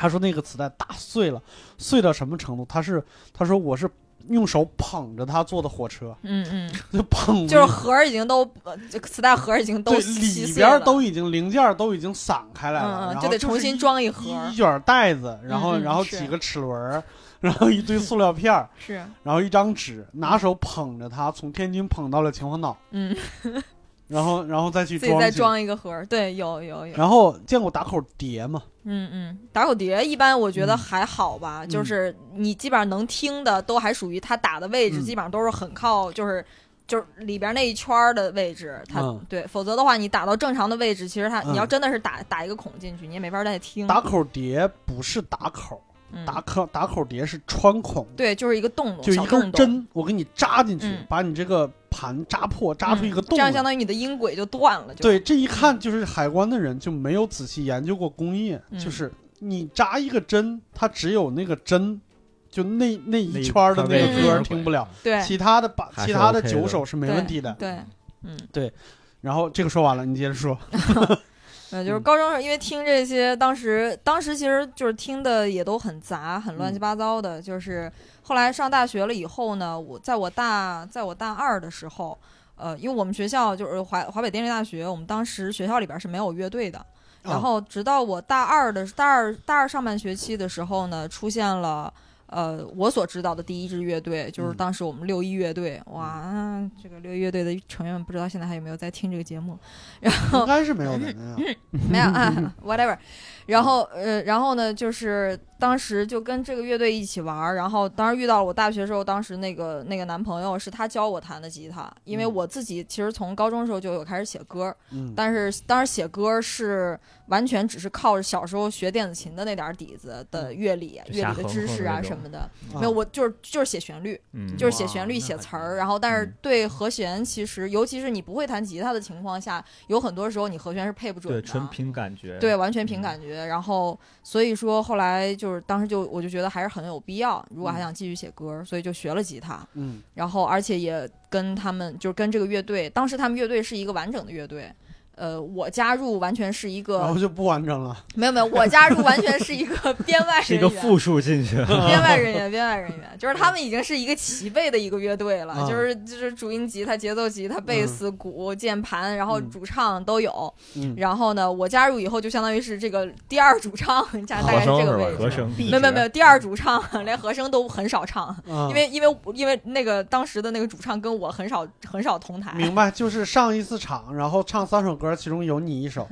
A: 他说那个磁带打碎了，碎到什么程度？他是他说我是用手捧着他坐的火车，
D: 嗯嗯，
A: 就捧
D: 就
A: 着
D: 是盒儿已经都，呃这个磁带盒儿已经都
A: 对
D: 稀
A: 里
D: 碎
A: 边
D: 了，
A: 都已经零件都已经散开来了，
D: 嗯嗯，
A: 然
D: 就
A: 后
D: 得
A: 是
D: 重新
A: 一
D: 装一盒儿
A: 一一，卷袋子，然后
D: 嗯嗯
A: 然后
D: 是
A: 几个齿轮儿，然后一堆塑料片儿。
D: 是，
A: 然后一张纸，拿手捧着它，从天津捧到了秦皇岛，
D: 嗯，
A: 然后然后再去
D: 自己再
A: 去。
D: 装一个盒儿，对，有有有，
A: 然后见过打口碟嘛？
D: 嗯嗯，打口碟一般我觉得还好吧，
A: 嗯
D: 就是你基本上能听的都还属于它打的位置，
A: 嗯
D: 基本上都是很靠就是。就是里边那一圈儿的位置，它、
A: 嗯
D: 对，否则的话，你打到正常的位置，其实它、
A: 嗯
D: 你要真的是打打一个孔进去，你也没法再听。
A: 打口碟不是打口，
D: 嗯
A: 打口打口碟是穿孔，
D: 对，就是一个洞洞，
A: 就
D: 小
A: 一根
D: 洞洞
A: 针，我给你扎进去
D: 嗯，
A: 把你这个盘扎破，扎出一个
D: 这
A: 洞
D: 样相
A: 来。
D: 当于你的音轨就断了。就，
A: 对，这一看就是海关的人就没有仔细研究过工业，
D: 嗯
A: 就是你扎一个针，它只有那个针，就那那
G: 那
A: 一
G: 一
A: 圈儿的那
G: 块
D: 儿
A: 个
D: 位置
A: 歌儿听不了，
D: 对
A: 其他的把
G: 还是
A: 其他的
G: OK 的
A: 九首是没问题的。
D: 对，嗯，
A: 然后这个说完了，你接着说。
D: 呃，就是高中时候因为听这些，当时当时其实就是听的也都很杂，很乱七八糟的。就是后来上大学了以后呢，我在我大在我大二的时候，呃，因为我们学校就是华华北电力大学，我们当时学校里边是没有乐队的。 [LAUGHS]
A: 哦
D: 然后直到我大二的大二大二上半学期的时候呢，出现了。呃，我所知道的第一支乐队就是
A: 嗯
D: 当时我们六一乐队，哇，这个六一乐队的成员们不知道现在还有没有在听这个节目，
A: 啊应该是没有的那
D: [LAUGHS]
A: 样。
G: [LAUGHS]
D: 没有啊，whatever。然后呃，然后呢，就是当时就跟这个乐队一起玩儿，然后当时遇到了我大学时候，当时那个那个男朋友是他教我弹的吉他，因为
A: 嗯
D: 我自己其实从高中的时候就有开始写歌儿，
A: 嗯，
D: 但是当时写歌是完全只是靠着小时候学电子琴的那点儿底子的乐理、
G: 嗯就
D: 乐
G: 瞎
D: 理的
G: 哼
D: 知
G: 哼
D: 识
G: 的
D: 啊
G: 那
D: 什
G: 种
D: 么的。
A: 啊
D: 没有，我就是就是写旋律，
G: 嗯，
D: 就是写旋律、
E: 哇
D: 写
E: 那
D: 词
E: 还
D: 儿，
E: 行
D: 然后但是
G: 嗯
D: 对和弦，其实尤其是你不会弹吉他的情况下，有很多时候你和弦是配不准的，
G: 对，纯凭感觉，
D: 对，完全凭
G: 嗯
D: 感觉。然后所以说后来就是当时就我就觉得还是很有必要，如
G: 嗯
D: 果还想继续写歌，所以就学了吉他，
A: 嗯
D: 然后而且也跟他们就是跟这个乐队，当时他们乐队是一个完整的乐队。呃，我加入完全是一个、
G: 哦
A: 然后就不完整了。
D: 没有没有，我加入完全是一
G: [LAUGHS]
D: 个编外
G: 是一
D: 人
G: 个
D: 员，
G: 复数进去，
D: 编外人
G: [LAUGHS]
D: 员，编外人员，就是他们已经是一个齐备的一个乐队了，
A: 啊
G: 嗯
D: 就是就是主音吉他、节奏吉他、贝斯、鼓、键盘，然后
A: 嗯
D: 主唱都有。
A: 嗯
D: 然后呢，我加入以后就相当于是这个第二主唱， [LAUGHS] 大大
C: 和
D: 概是
C: 声
D: 这
C: 是
D: 个
C: 吧
D: 位置。
G: 和声
D: [LAUGHS] 没有没有没有，第二主唱 [LAUGHS] 连和声都很少唱，
A: 啊
D: 因为因为因为那个当时的那个主唱跟我很少很少同台，
A: 明白，就是上一次场，然后唱三首歌，其中有你一首。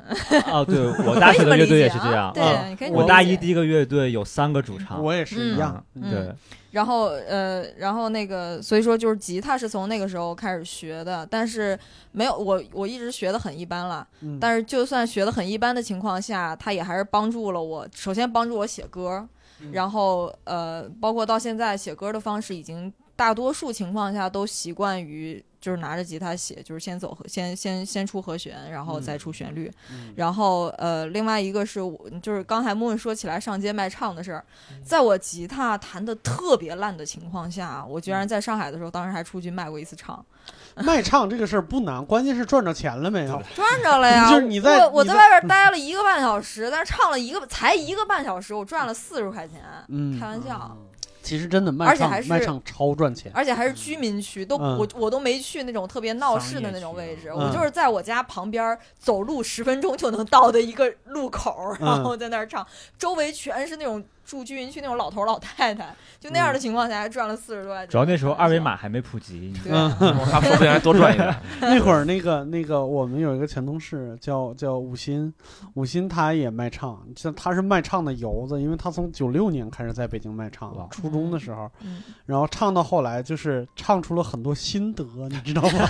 G: 哦，对
D: [LAUGHS]
G: 我大学的乐队也是这样
D: 可以这么理解啊，对
G: 嗯
D: 你可以这么
G: 我大
D: 理解
G: 一第一个乐队有三个主
D: 啊
G: 唱，
A: 我也是一样。
D: 嗯
C: [LAUGHS]
G: 对，
D: 然后呃，然后那个，所以说就是吉他是从那个时候开始学的，但是没有我我一直学的很一般啦。
A: 嗯，
D: 但是就算学的很一般的情况下，它也还是帮助了我，首先帮助我写歌，
A: 嗯
D: 然后呃，包括到现在写歌的方式，已经大多数情况下都习惯于就是拿着吉他写，就是先走和先先先出和弦，然后再出旋律。
A: 嗯
D: 然后呃，另外一个是我就是刚才木问说起来上街卖唱的事儿，
A: 嗯
D: 在我吉他弹的特别烂的情况下，我
A: 嗯
D: 居然在上海的时候，当时还出去卖过一次唱，
A: 卖唱这个事儿不难，关键是赚着钱了没有？
D: 赚着了呀！
A: 就是你在
D: 我我
A: 你
D: 在
A: 在
D: 外边待了一个半小时，但是唱了一个才一个半小时，我赚了四十块钱，
A: 嗯
D: 开玩笑，
A: 其实真的卖
D: 而且
A: 唱
D: 还是
A: 卖唱超赚
D: [LAUGHS]
A: 钱。
D: 而且还是居民区，都、
A: 嗯
D: 我我都没去那种特别闹市的那种位置，
A: 商业区啊
D: 我就是在我家旁边走路十分钟就能到的一个路口，
A: 嗯
D: 然后在那儿唱，周围全是那种住居民区那种老头老太太，就那样
A: 嗯
D: 的情况下还赚了四十多块钱。
G: 主要那时候二维码还没普及，你
D: 对。
A: 嗯
C: 嗯他说不定还多赚一
G: [LAUGHS]
C: 点。
A: 那会儿那个那个，我们有一个前同事叫叫吴昕，吴昕他也卖唱，像他是卖唱的油子，因为他从九六年开始在北京卖唱了
G: 哇，
A: 初中的时候，
D: 嗯
A: 然后唱到后来就是唱出了很多心得，你知道吗？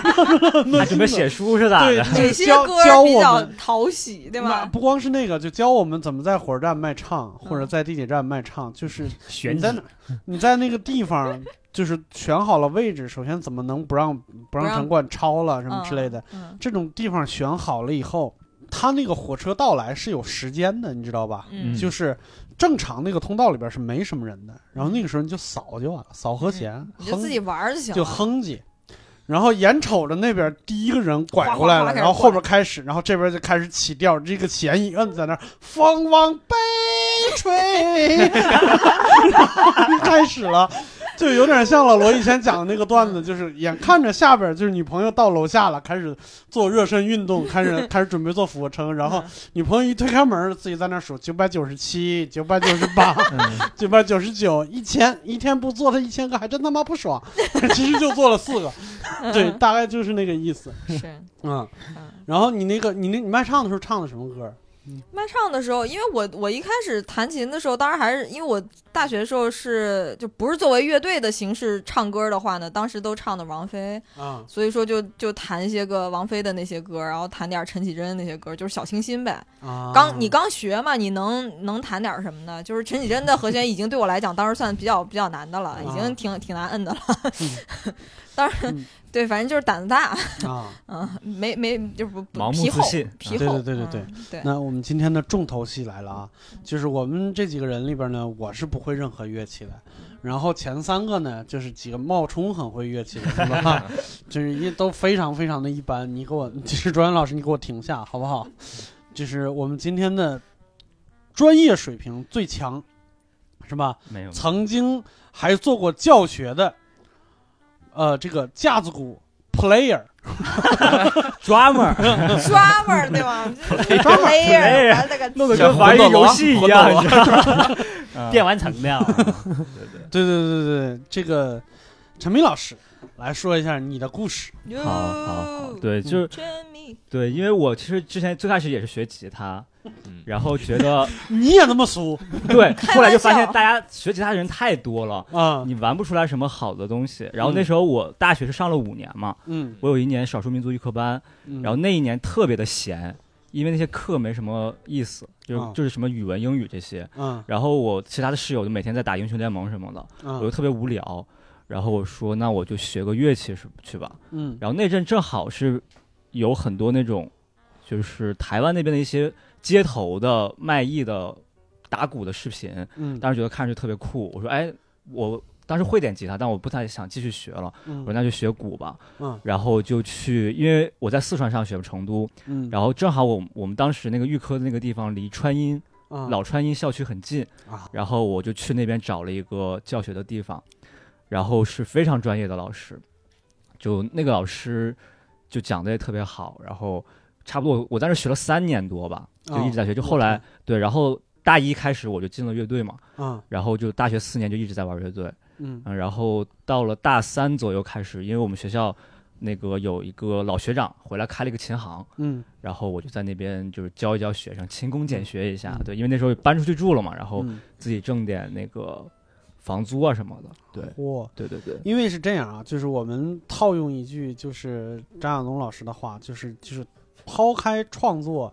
A: [LAUGHS]
G: 还准备写书是咋 [LAUGHS]
A: 对，
G: 的？
A: [LAUGHS] 就
D: 哪
A: 是
D: 些
A: 教
D: 歌
A: 教
D: 比
A: 我
D: 较
A: 们。
D: 讨喜，对
A: 那
D: 吧？
A: 不光是那个，就教我们怎么在火车站卖唱，或
D: 嗯
A: 者在地铁站卖唱，
G: [LAUGHS]
A: 就是
G: 玄
A: 你
G: 机
A: 在哪，你在那个地方，就是选好了位置，首先怎么能不让不让
D: 让
A: 城管超了什么之类的，
D: 嗯
A: 这种地方选好了以后，它那个火车到来是有时间的，你知道吧？
D: 嗯，
A: 就是正常那个通道里边是没什么人的，然后那个时候你就扫就完了，扫和弦，
D: 你就
A: 哼
D: 自己玩儿就行了。
A: 就哼唧。然后眼瞅着那边第一个人拐过来
D: 哗哗哗
A: 了，
D: 开始
A: 然后后边开始，然后这边就开始起调，这个弦一摁在那儿，风往北吹， [LAUGHS] 然后开始了，就有点像老罗以前讲的那个段子，就是眼看着下边就是女朋友到楼下了，开始做热身运动，开始开始准备做俯卧撑，然后
D: 嗯
A: 女朋友一推开门，自己在那数九百九十七、九百九十八、
G: 嗯
A: 九百九十九、一千，一天不做他一千个还真他妈不爽， [LAUGHS] 其实就做了四个，对，大概就是那个意思，
D: 嗯是
A: 嗯
D: 嗯。
A: 然后你那个你那你卖唱的时候唱的什么歌？
D: 卖唱的时候，因为我我一开始弹琴的时候，当然还是因为我大学的时候是就不是作为乐队的形式唱歌的话呢，当时都唱的王菲，
A: 啊，
D: 所以说就就弹一些个王菲的那些歌，然后弹点陈绮贞的那些歌，就是小清新呗。
A: 哦
D: 刚你刚学嘛，你能能弹点什么呢？就是陈绮贞的和弦已经对我来讲当时算比较比较难的了，已经挺挺难摁的了。 [LAUGHS] 当然
A: 啊嗯，
D: 对，反正就是胆子大，
A: 啊，
D: 嗯，没没就是不不
G: 盲目
D: 皮
G: 自
D: 厚
G: 信
D: 皮
A: 啊对
D: 厚，
A: 对对对
D: 嗯对
A: 那我们今天的重头戏来了啊，就是我们这几个人里边呢，我是不会任何乐器的。然后前三个呢，就是几个冒充很会乐器的，是吧就是一都非常非常的一般。你给我，就是专业老师，你给我停下好不好？就是我们今天的专业水平最强，是吧？
F: 没有，
A: 曾经还做过教学的，呃，这个架子鼓 player，
G: drummer
D: 抓门儿对
G: [LAUGHS]
D: 吗？抓门儿，完了个
G: 弄得跟玩一游戏一样，你知道 [LAUGHS] 吗？
B: 电玩城的啊，
A: 对对对对，对这个陈明老师来说一下你的故事。
D: 哟
G: 好好好，对，就是
D: 真迷
G: 对，因为我其实之前最开始也是学吉他
C: 嗯，
G: [LAUGHS] 然后觉得
A: 你也那么俗
G: 对，
D: 开玩笑
G: 后来就发现大家学吉他的人太多了，
A: 啊？
G: 你玩不出来什么好的东西。然后
A: 嗯
G: 那时候我大学是上了五年嘛，
A: 嗯，
G: 我有一年少数民族预科班，
A: 嗯
G: 然后那一年特别的闲，因为那些课没什么意思，
A: 哦
G: 就就是什么语文、英语这些。
A: 嗯
G: 然后我其他的室友就每天在打英雄联盟什么的，我就
A: 嗯
G: 特别无聊。然后我说，那我就学个乐器是去吧。
A: 嗯
G: 然后那阵正好是有很多那种，就是台湾那边的一些街头的卖艺的打鼓的视频，
A: 嗯，
G: 当时觉得看着就特别酷。我说，哎，我当时会点吉他，但我不太想继续学了，我说
A: 嗯
G: 那就学鼓吧。
A: 嗯
G: 然后就去，因为我在四川上学，成都，
A: 嗯，
G: 然后正好我我们当时那个预科的那个地方离川音
A: 后
G: 老川音校区很近
A: 啊，
G: 然后我就去那边找了一个教学的地方，然后是非常专业的老师，就那个老师就讲的也特别好，然后差不多我在那学了三年多吧，
A: 哦
G: 就一直在学，就后来对，然后大一开始我就进了乐队嘛，
A: 嗯
G: 然后就大学四年就一直在玩乐队，
A: 嗯
G: 嗯，然后到了大三左右开始，因为我们学校那个有一个老学长回来开了一个琴行，
A: 嗯
G: 然后我就在那边就是教一教学生，勤工俭学一下。
A: 嗯
G: 对，因为那时候搬出去住了嘛，然后
A: 嗯，
G: 自己挣点那个房租啊什么的。对，
A: 嚯。
G: 对对对，
A: 因为是这样啊，就是我们套用一句就是张亚东老师的话，就是就是抛开创作，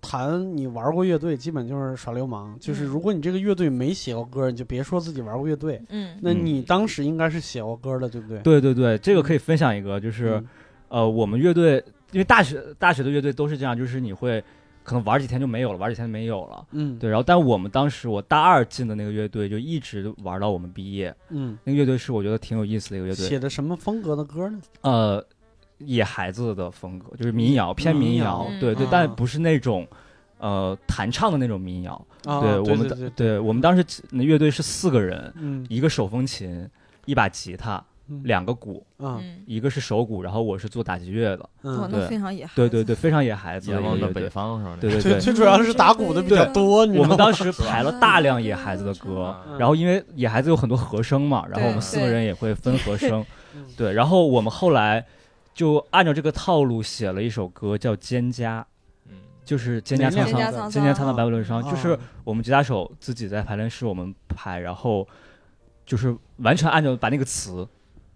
A: 谈你玩过乐队，基本就是耍流氓。就是
D: 嗯
A: 如果你这个乐队没写过歌，你就别说自己玩过乐队。
D: 嗯
A: 那你当时应该是写过歌的，对不对？
G: 对对对，这个可以分享一个，就是、
A: 嗯
G: 呃，我们乐队因为大学大学的乐队都是这样，就是你会可能玩几天就没有了，玩几天没有了。
A: 嗯，
G: 对，然后但我们当时我大二进的那个乐队就一直玩到我们毕业，
A: 嗯，
G: 那个乐队是我觉得挺有意思的一个乐队，
A: 写的什么风格的歌呢？
G: 呃，野孩子的风格，就是民谣，偏
A: 民
G: 民
A: 谣
G: 谣，对对
A: 嗯，
G: 但不是那种呃弹唱的那种民谣。
A: 啊，
G: 对
A: 对
G: 我们
A: 对
G: 的
A: 对，
G: 对我们当时那乐队是四个人，
A: 嗯
G: 一个手风琴，一把吉他，
A: 嗯
G: 两个鼓，
A: 啊
D: 嗯，
G: 一个是手鼓，然后我是做打击乐的。
A: 嗯，
D: 哇，那
G: 对
D: 非常野孩
G: 对
D: 子
G: 对对，非常野孩子
C: 野
G: 的一
C: 望
G: 个
C: 的
G: 乐
C: 北
G: 队。
C: 方是吧？
G: 对
A: [LAUGHS]
G: 对
A: 最
G: 对，
A: 最主要是打鼓的比较多，你知
G: 我
A: 道吗？ [LAUGHS]
G: 们当时排了大量野孩子的歌，
A: 嗯
G: 然后因为野孩子有很多和声嘛，然后我们四个人也会分和声
A: 嗯，
G: 对然后我们后来就按照这个套路写了一首歌叫《蒹葭》，
C: 嗯，
G: 就是《蒹葭
A: 哪
G: 苍
A: 个
D: 蒹
G: 苍
D: 葭》，
G: 《
D: 苍
G: 蒹葭苍苍白露为霜》，
A: 啊
G: 就是我们吉他手自己在排练室我们排，然后就是完全按照把那个词，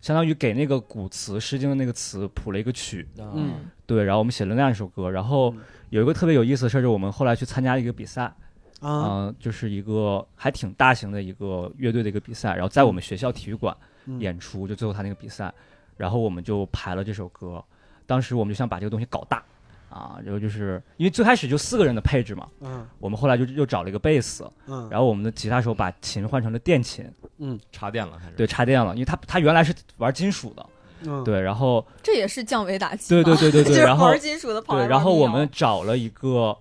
G: 相当于给那个古词《诗经》的那个词谱了一个曲，
A: 嗯
G: 对，然后我们写了那样一首歌，然后
A: 嗯
G: 有一个特别有意思的事儿，就是我们后来去参加一个比赛。
A: 啊，
G: 嗯、就是一个还挺大型的一个乐队的一个比赛，然后在我们学校体育馆
A: 嗯
G: 演出，就最后他那个比赛，然后我们就排了这首歌，当时我们就想把这个东西搞大啊，然后就是因为最开始就四个人的配置嘛，
A: 嗯
G: 我们后来就又找了一个贝斯，
A: 嗯，
G: 然后我们的吉他手把琴换成了电琴，
C: 插电了开始。
G: 对，插电了，因为他他原来是玩金属的，
A: 嗯，
G: 对，然后
D: 这也是降维打击
G: 对
D: 嘛。
G: 对对
D: [LAUGHS]
G: 对
D: 就
G: 对，
D: 是
G: 然后
D: 玩金属的跑来
G: 对，
D: 玩
G: 然后我
D: 民谣
G: 们找了一个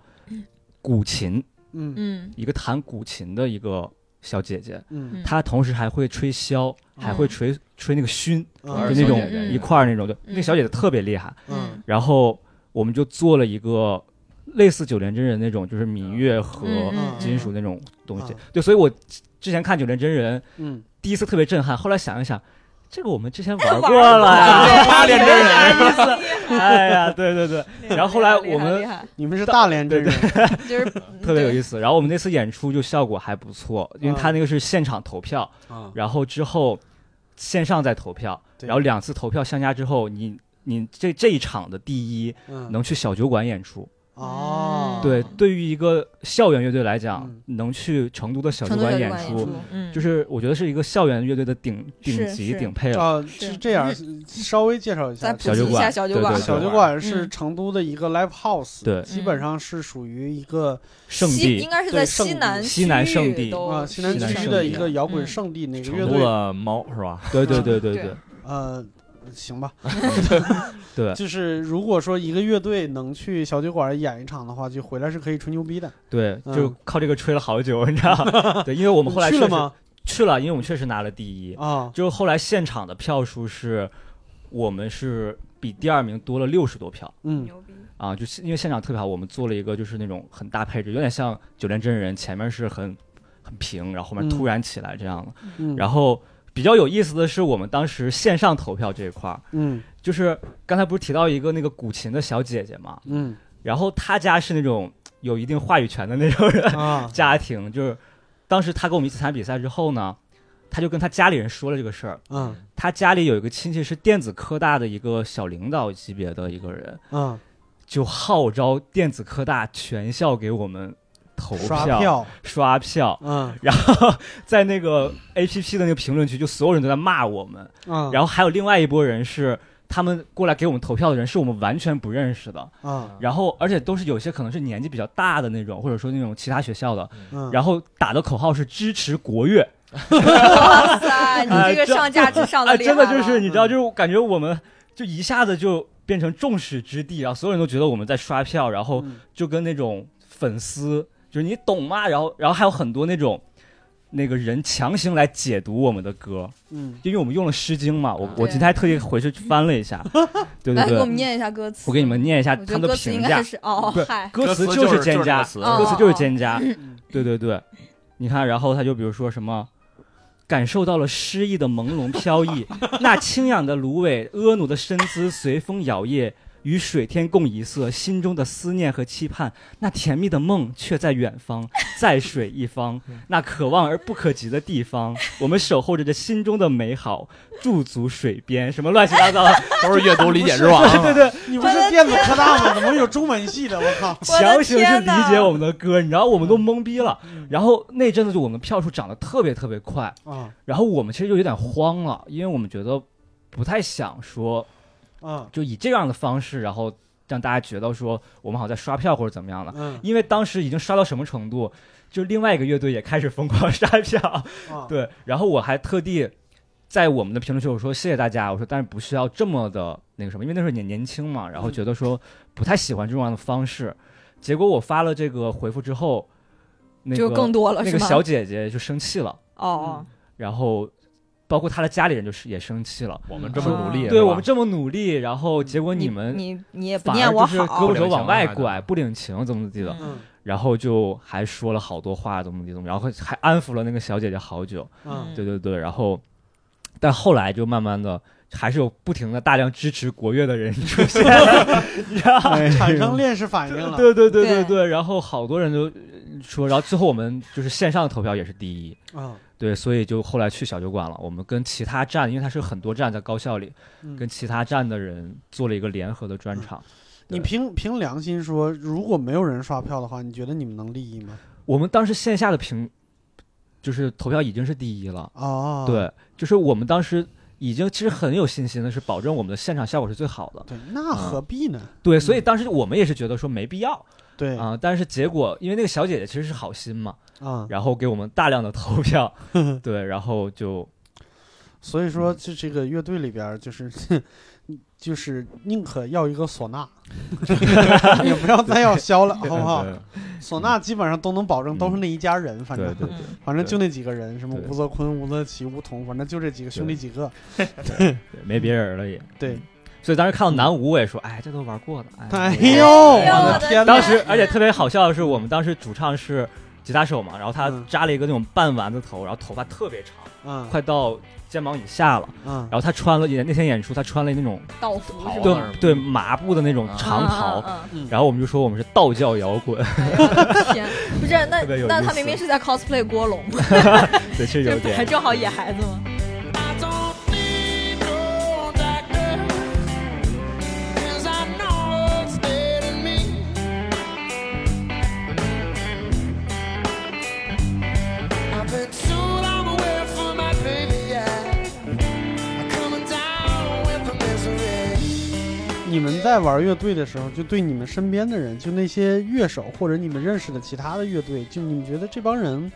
G: 古琴，
A: 嗯
D: 嗯
G: 一个弹古琴的一个小姐姐。
A: 嗯
D: 嗯
G: 他同时还会吹箫，还会吹吹那个埙，
A: 嗯
G: 就那种
D: 嗯嗯
G: 一块儿那种的。
D: 嗯
G: 那小姐姐特别厉害，
A: 嗯
G: 然后我们就做了一个类似九连真人那种，就是民乐和
D: 嗯哦
G: 金属那种东西
A: 嗯。
G: 对，所以我之前看九连真人
A: 嗯，
G: 第一次特别震撼，后来想一想，这个我们之前玩
D: 过
G: 过了
D: [LAUGHS]
G: 呀，
D: 八连真人
G: 意思。哎呀，对对
D: 嗯
G: 对，然后后来我们
D: 厉害
A: 你们是大连真人，
D: 就是嗯
G: 特别有
D: 思。
G: 意思。然后我们那次演出就效果还不错，因
D: 哦
G: 为他那个是现场投票，
A: 啊
G: 然后之后线上再投票，
A: 对
G: 然后两次投票相加之后，你你这这一场的第一
A: 嗯
G: 能去小酒馆演出。
A: 哦，
G: 对，对于一个校园乐队来讲，
A: 嗯
G: 能去成都的小酒
D: 成都
G: 演
D: 馆
G: 出，
A: 出
D: 嗯，
G: 就是我觉得是一个校园乐队的顶顶
D: 是
G: 级
D: 是
G: 顶配了。
A: 啊是这样，稍微介绍一
D: 再
A: 下
D: 普
G: 小
D: 及
G: 酒
D: 一下
G: 馆
D: 小酒
G: 对
D: 馆嗯
G: 对
A: 小酒馆是成都的一个 live house，
G: 对
A: 基本上是属于一个
G: 圣
D: 西
G: 地
D: 应，该是
A: 对
D: 在
A: 圣
D: 西
A: 地
D: 南
G: 西南
D: 区
G: 圣地
D: 都
A: 啊西南
G: 西南
A: 区
G: 圣
A: 的
G: 地
A: 一个摇
D: 嗯
A: 滚圣地，那个乐
C: 成都
A: 队
C: 的猫是
G: [LAUGHS]
C: 吧？
G: 对
D: [LAUGHS]
G: 对对对
D: 对
G: 对
A: 呃。行吧，
G: [LAUGHS] 对
A: 就是如果说一个乐队能去小酒馆演一场的话，就回来是可以吹牛逼的。
G: 对，
A: 嗯
G: 就是靠这个吹了好久，你
A: [LAUGHS]
G: 知道吗？对，因为我们后来
A: 去
G: 确
A: 了
G: 实
A: 吗？
G: 去了，因为我们确实拿了第一。
A: 啊，
G: 就是后来现场的票数是，我们是比第二名多了六十多票
A: 嗯
D: 牛逼，
G: 啊，就是因为现场特别好，我们做了一个就是那种很大配置，有点像九连真人，前面是很很平，然后后面
A: 嗯
G: 突然起来这样的。
A: 嗯，
G: 然后比较有意思的是，我们当时线上投票这一块儿，
A: 嗯
G: 就是刚才不是提到一个那个古琴的小姐姐嘛，
A: 嗯
G: 然后她家是那种有一定话语权的那种人，
A: 啊
G: 家庭，就是当时她跟我们一起参加比赛之后呢，她就跟她家里人说了这个事儿。
A: 嗯
G: 他家里有一个亲戚是电子科大的一个小领导级别的一个人，
A: 嗯，
G: 就号召电子科大全校给我们投
A: 刷
G: 票、
A: 票，
G: 刷票
A: 嗯
G: 然后在那个 A P P 的那个评论区，就所有人都在骂我们。
A: 嗯，
G: 然后还有另外一波人是他们过来给我们投票的人，是我们完全不认识的。
A: 后
D: 嗯
A: 啊
G: 然后而且都是有些可能是年纪比较大的那种，或者说那种其他学校的。
A: 嗯，
G: 然后打的口号是支持国乐，
D: 哇塞，你这个上价值上
G: 啊，
D: 的哦厉害嗯
G: 真
D: 了，
G: 的就是你知道，就是我感觉我们就一下子就变成众矢之的，然后所有人都觉得我们在刷票，然后
A: 嗯
G: 就跟那种粉丝，就是你懂吗？然后然后还有很多那种。那个人强行来解读我们的歌，
A: 嗯，
G: 因为我们用了《诗经》嘛，
D: 啊
G: 我
F: 对
G: 我今天还特地回去翻了
D: [LAUGHS]
G: 一下，对对
D: 来给
G: 对
D: 我，们念一下歌词。
G: 我给你们念一下
D: 我
G: 他
D: 觉
G: 们
D: 得歌
G: 的
D: 词应
G: 评
D: 该
G: 价，
D: 是哦
G: 对，
D: 嗨，
G: 歌词
C: 就是
G: 蒹葭，
C: 就是这
D: 哦
C: 个
G: 歌
C: 词
G: 词就是蒹葭，
A: 嗯
G: 对对对，你看，然后他就比如说什么，感受到了诗意的朦胧飘逸，那清雅的芦苇，婀娜的身姿随风摇曳，与水天共一色，心中的思念和期盼，那甜蜜的梦却在远方，在水一方，那可望而不可及的地方，我们守候着这心中的美好，驻足水边，什么乱七八糟的，
C: 都是阅读理解之王。
G: 对对，
A: 啊你不是电子
G: [LAUGHS]
A: 科大吗？怎么有中文系的？我靠！
D: 我的
G: 强行去
D: 天
G: 理
D: 哪嗯
G: 解我们的歌，你知道我们都懵逼了。然后那阵子就我们票数涨得特别特别快，
A: 啊
G: 然后我们其实就有点慌了，因为我们觉得不太想说
A: 啊
G: 就以这样的方式，然后让大家觉得说我们好像在刷票或者怎么样了。
A: 嗯
G: 因为当时已经刷到什么程度，就另外一个乐队也开始疯狂 [LAUGHS] 刷票，
A: 啊，
G: 对。然后我还特地在我们的评论区我说谢谢大家，我说但是不需要这么的那个什么，因为那时候也年轻嘛，然后觉得说不太喜欢这种样的方式。结果我发了这个回复之后，那个
D: 就更多了，
G: 那
D: 是
G: 个
D: 吗？
G: 小姐姐就生气了，
A: 嗯
D: 哦，
G: 然后包括她的家里人就是也生气了。
C: 我们这么努力，
G: 对我们这么努力，然后结果
D: 你
G: 们
D: 你你也不
G: 反
D: 念
G: 而
D: 我
G: 就是
D: 好
G: 胳
C: 不
G: 膊
C: 领
G: 肘往
C: 情
G: 外
C: 啥的
G: 拐，不领情，怎么怎么的，
D: 嗯
G: 然后就还说了好多话，怎么怎么的，然后还安抚了那个小姐姐好久，
A: 嗯
G: 对对对，然后，但后来就慢慢的还是有不停的大量支持国
A: [LAUGHS]
G: 乐的人出现，你知道吗？
A: 嗯产生链式反应了。
G: 哎 [LAUGHS] 对对对对
D: 对
G: 对，然后好多人都呃说，然后最后我们就是线上投票也是第一，
A: 啊，
G: 对，所以就后来去小酒馆了。我们跟其他站，因为它是很多站在高校里，
A: 嗯
G: 跟其他站的人做了一个联合的专场。
A: 你凭凭良心说，如果没有人刷票的话，你觉得你们能利益吗？
G: 我们当时线下的评，就是投票已经是第一了。
A: 哦，
G: 对，就是我们当时已经其实很有信心的是保证我们的现场效果是最好的。
A: 对，那何必呢？
G: 对，所以当时我们也是觉得说没必要
A: 对
G: 啊、但是结果因为那个小姐姐其实是好心嘛，
A: 啊，
G: 然后给我们大量的
A: [LAUGHS]
G: 投票，对，然后就
A: 所以
G: 嗯
A: 说，就这个乐队里边儿，就是 [LAUGHS] 就是宁可要一个唢
G: [LAUGHS]
A: 呐，也不要再要箫了，好不好？唢呐基本上都能保证都是那一家人，反
G: 嗯对
A: 正
G: 对对
D: 嗯
A: [LAUGHS] 反正就那几个人，什么
G: 对
A: 吴泽坤、吴泽奇、吴彤，反正就这几个兄弟几个。
G: 对，没别人了也。
A: 对，
G: 所以当时看到南吴，我也说，哎，这都玩过的，
A: [LAUGHS] 哎
G: 哎。
A: 呦，我的天
G: 当
A: 哪！
G: 时，而且特别好笑的是，我们当时主唱是吉他手嘛，然后他
A: 嗯
G: 扎了一个那种半丸子头，然后头发特别长，
A: 嗯
G: 快到肩膀以下了。
A: 嗯
G: 然后他穿了那天演出，他穿了那种
D: 道服是
C: 袍
D: 吗？
C: 子
G: 对对麻布的那种长
D: 袍，
G: 袍。
D: 嗯
G: 然后我们就说我们是道教摇滚， [LAUGHS]
D: 嗯嗯天，不是那
G: 特别有
D: 那
G: 意
D: 他
G: 思
D: 明明是在 cosplay 郭龙，
G: 对，是有
D: 这不还
G: 点。
D: 正好野孩子吗？
H: I don't need no doctor, 'cause I know it's dead in me. I've been too long away from my baby. I'm coming down with the misery.
A: 你们在玩乐队的时候，就对你们身边的人，就那些乐手或者你们认识的其他的乐队，就你们觉得这帮人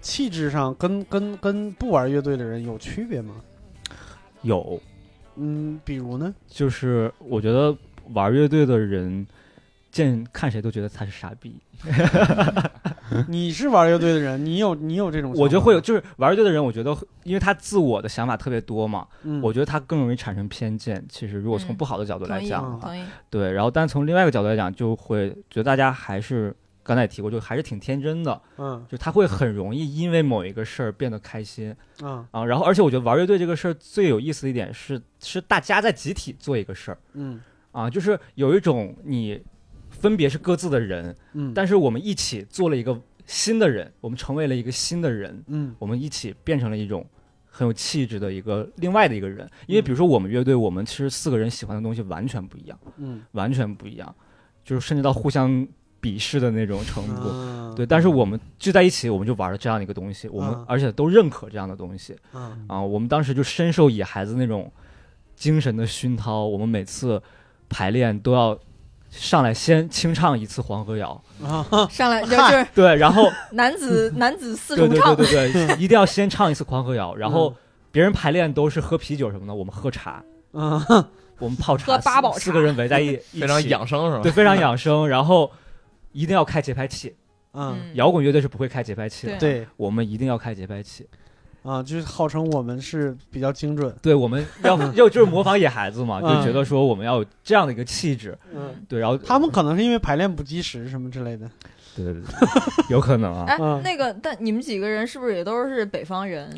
A: 气质上跟跟跟不玩乐队的人有区别吗？
G: 有，
A: 嗯，比如呢？
G: 就是我觉得玩乐队的人，见看谁都觉得他是傻逼。
A: 你是玩乐队的人，你有你有这种想法吗，
G: 嗯我觉得会有，就是玩乐队的人，我觉得会因为他自我的想法特别多嘛，
A: 嗯，
G: 我觉得他更容易产生偏见。其实如果从
D: 嗯
G: 不好的角度来
D: 同意
G: 讲啊的
A: 嗯
G: 话，
D: 同意，
G: 对，然后但从另外一个角度来讲，就会觉得大家还是刚才也提过，就还是挺天真的，
A: 嗯
G: 就他会很容易因为某一个事儿变得开心
A: 嗯
G: 啊。然后而且我觉得玩乐队这个事儿最有意思的一点是，是大家在集体做一个事儿
A: 嗯
G: 啊，就是有一种你分别是各自的人，
A: 嗯，
G: 但是我们一起做了一个新的人，我们成为了一个新的人。
A: 嗯
G: 我们一起变成了一种很有气质的一个另外的一个人。因为比如说我们乐队，我们其实四个人喜欢的东西完全不一样，
A: 嗯
G: 完全不一样，就是甚至到互相鄙视的那种程度。
A: 嗯，
G: 对，但是我们聚在一起，我们就玩了这样的一个东西，我们
A: 嗯
G: 而且都认可这样的东西
A: 嗯
G: 啊。我们当时就深受野孩子那种精神的熏陶，我们每次排练都要上来先清唱一次《黄河谣
A: 啊，
D: 上来就就是》，
G: 对，然后
D: 男
G: [LAUGHS]
D: 子男子四
G: 对
D: 重
G: 对
D: 唱嗯
G: 对，对
D: [LAUGHS]
G: 对，一定要先唱一次《黄河谣》， [LAUGHS] 然后别人排练都是喝啤酒什么的，我们喝茶，
A: 嗯，
G: 我们泡茶，
D: 喝八宝
G: 四
D: 茶
G: 四个人围
C: [LAUGHS]
G: 在一一
C: 非常
G: 起，
C: 养生是吧？
G: 对，非常养生。 [LAUGHS] 然后一定要开节拍器，
A: 嗯，
D: 嗯
G: 摇滚乐队是不会开节拍器的，
D: 对啊
A: 对
G: 我们一定要开节拍器。
A: 啊，就是号称我们是比较精准，
G: 对，我们
D: [LAUGHS]
G: 要要就是模仿野孩子嘛，就
A: 嗯
G: 觉得说我们要有这样的一个气质，
A: 嗯，
G: 对，然后
A: 他们可能是因为排练不及时什么之类的，
G: 对对对，对有可
D: [LAUGHS]
G: 能啊，
D: 哎
A: 嗯，
D: 那个，但你们几个人是不是也都是北方人？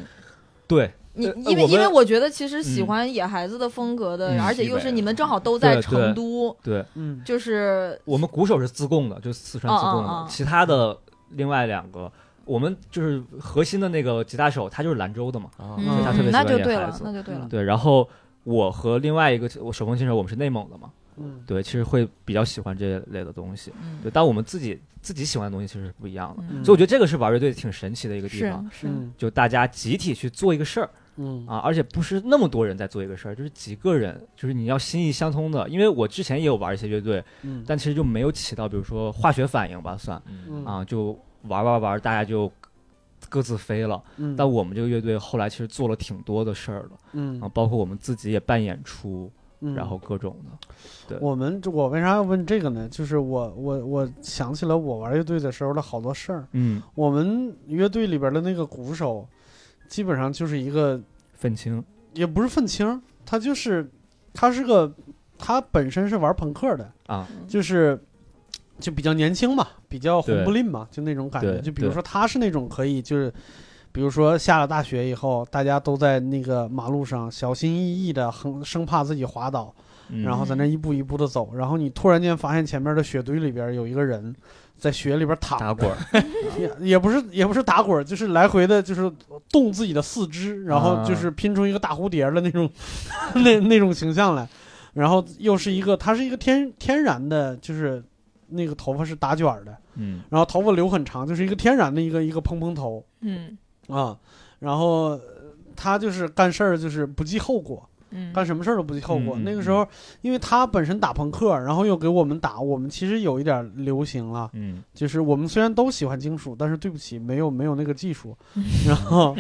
G: 对
D: 你
G: 呃
D: 因为
G: 我们
D: 因为我觉得其实喜
G: 嗯
D: 欢野孩子的风格的，
G: 嗯
D: 而且又
C: 西北
D: 是你们正好都在
G: 对
D: 成都，
G: 对，
A: 嗯
D: 就是
G: 我们鼓手是自贡的，就四川自贡的，
D: 哦哦哦
G: 其他的另外两个，我们就是核心的那个吉他手，他就是兰州的嘛，
C: 啊
D: 嗯
G: 哦所以他特别喜欢
D: 那就
G: 野
D: 对
G: 孩
D: 了
G: 子，
D: 那就对了。
G: 对，然后我和另外一个我手风琴手，我们是内蒙的嘛，
A: 嗯，
G: 对，其实会比较喜欢这类的东西，
D: 嗯
G: 对，但我们自己自己喜欢的东西其实是不一样的，
D: 嗯
G: 所以我觉得这个是玩乐队挺神奇的一个地
D: 是
G: 方。
D: 是，
A: 嗯
G: 就大家集体去做一个事儿
A: 嗯
G: 啊，而且不是那么多人在做一个事儿，就是几个人，就是你要心意相通的。因为我之前也有玩一些乐队，
A: 嗯，
G: 但其实就没有起到，比如说化学反应吧，算
A: 嗯
G: 啊，就玩玩玩，大家就各自飞了。
A: 嗯
G: 但我们这个乐队后来其实做了挺多的事儿的
A: 嗯
G: 啊，包括我们自己也办演出，
A: 嗯
G: 然后各种的。
A: 我们我为啥要问这个呢？就是我我我想起了我玩乐队的时候的好多事儿。
G: 嗯，
A: 我们乐队里边的那个鼓手，基本上就是一个，
G: 愤青，
A: 也不是愤青，他就是他是个，他本身是玩朋克的
G: 啊，
A: 就是就比较年轻嘛，比较红不吝嘛，就那种感觉。
G: 对
A: 就比如说他是那种可以就是。比如说下了大雪以后，大家都在那个马路上小心翼翼的，很生怕自己滑倒，
G: 嗯
A: 然后在那一步一步的走，然后你突然间发现前面的雪堆里边有一个人在雪里边躺着
G: 打滚儿，
A: 也也不是也不是打滚儿，就是来回的，就是动自己的四肢，然后
G: 啊
A: 就是拼出一个大蝴蝶的那种、 [LAUGHS] 那那种形象来，然后又是一个，他是一个天天然的，就是那个头发是打卷儿的，
G: 嗯，
A: 然后头发留很长，就是一个天然的一个一个蓬蓬头
D: 嗯
A: 啊，然后呃他就是干事儿就是不计后果，
D: 嗯，
A: 干什么事儿都不计后果。
G: 嗯嗯
A: 那个
G: 嗯
A: 时候，因为他本身打朋克，然后又给我们打，我们其实有一点流行了，
G: 嗯， [LAUGHS]
A: 就是我们虽然都喜欢金属，但是对不起，没有没有那个技术。 [LAUGHS] 然后，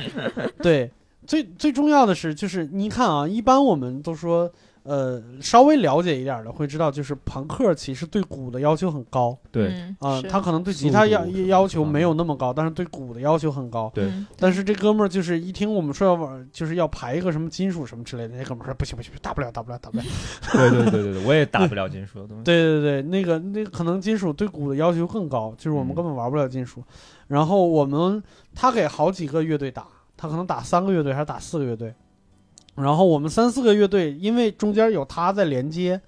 A: 对，最最重要的是，就是你看啊，一般我们都说，呃，稍微了解一点的会知道，就是朋克其实对鼓的要求很高
G: 对，
D: 嗯
A: 啊、
D: 是
A: 他可能对吉
G: 速
A: 他
G: 度
A: 要
G: 什么
A: 要
G: 的
A: 求没有那么高，但是对鼓的要求很高。
G: 对
D: 嗯
A: 但是这哥们儿就是一听我们说要玩，就是要排一个什么金属什么之类的，那哥们儿说不行不行，大不了大不了大不了。
G: 对对对对对，我也打不了金属的东西。
A: 对对对，那个那个可能金属对鼓的要求更高，就是我们
G: 嗯
A: 根本玩不了金属。然后我们他给好几个乐队打，他可能打三个乐队还是打四个乐队。然后我们三四个乐队，因为中间有他在连接，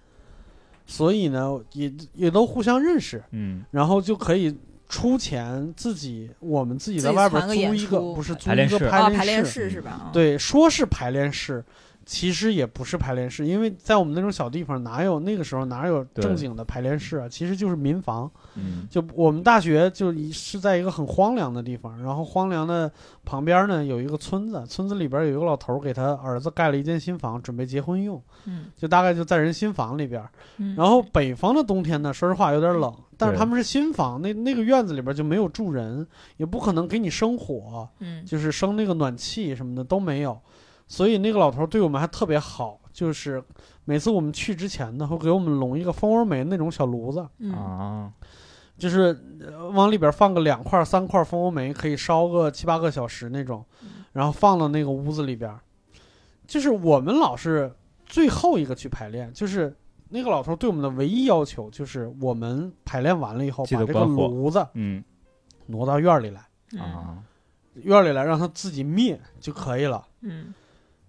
A: 所以呢也也都互相认识，
G: 嗯，
A: 然后就可以出钱自己我们自己在
D: 自己
A: 外边
D: 攒
A: 租
D: 个演
A: 一个，
D: 出
A: 不是租
G: 排
A: 一
G: 练
A: 个
G: 室
D: 啊，
A: 哦练
D: 排练
A: 室哦
D: 室是吧？啊，
A: 对，说是排练室，其实也不是排练室，因为在我们那种小地方，哪有那个时候哪有
G: 对
A: 正经的排练室啊？其实就是民房。
G: 嗯
A: 就我们大学就一是在一个很荒凉的地方，然后荒凉的旁边呢有一个村子，村子里边有一个老头儿给他儿子盖了一间新房，准备结婚用，
D: 嗯
A: 就大概就在人新房里边。
D: 嗯，
A: 然后北方的冬天呢，说实话有点冷，但是
G: 对
A: 他们是新房，那那个院子里边就没有住人，也不可能给你生火。
D: 嗯
A: 就是生那个暖气什么的都没有，所以那个老头对我们还特别好，就是每次我们去之前呢，会给我们拢一个蜂窝煤那种小炉子，
D: 嗯
G: 啊，
A: 就是呃往里边放个两块儿三块儿蜂窝煤，可以烧个七八个小时那种，然后放到那个屋子里边儿。就是我们老是最后一个去排练，就是那个老头对我们的唯一要求就是我们排练完了以后，
G: 记
A: 把
G: 得
A: 这个
G: 关火
A: 炉子
G: 嗯
A: 挪到院儿里来，
D: 嗯
G: 啊，
A: 院儿里来让它自己灭就可以了。
D: 嗯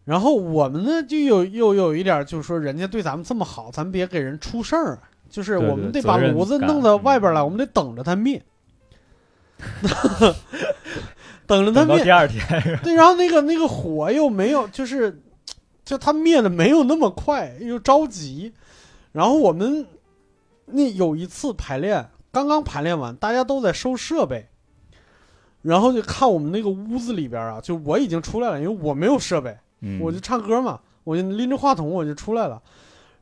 A: 然后我们呢，就有又有一点儿，就是说人家对咱们这么好，咱别给人出事儿，啊就是
G: 对
A: 我们得
G: 对
A: 把
G: 责任
A: 炉子
G: 感
A: 弄到外边来，
G: 嗯
A: 我们得等着它灭， [LAUGHS] 等着它
G: 等到第
A: 灭。
G: 二天，
A: 对，然后那个那个火又没有，就是就它灭的没有那么快，又着急。然后我们那有一次排练，刚刚排练完，大家都在收设备。然后就看我们那个屋子里边儿啊，就我已经出来了，因为我没有设备，
G: 嗯
A: 我就唱歌嘛，我就拎着话筒我就出来了。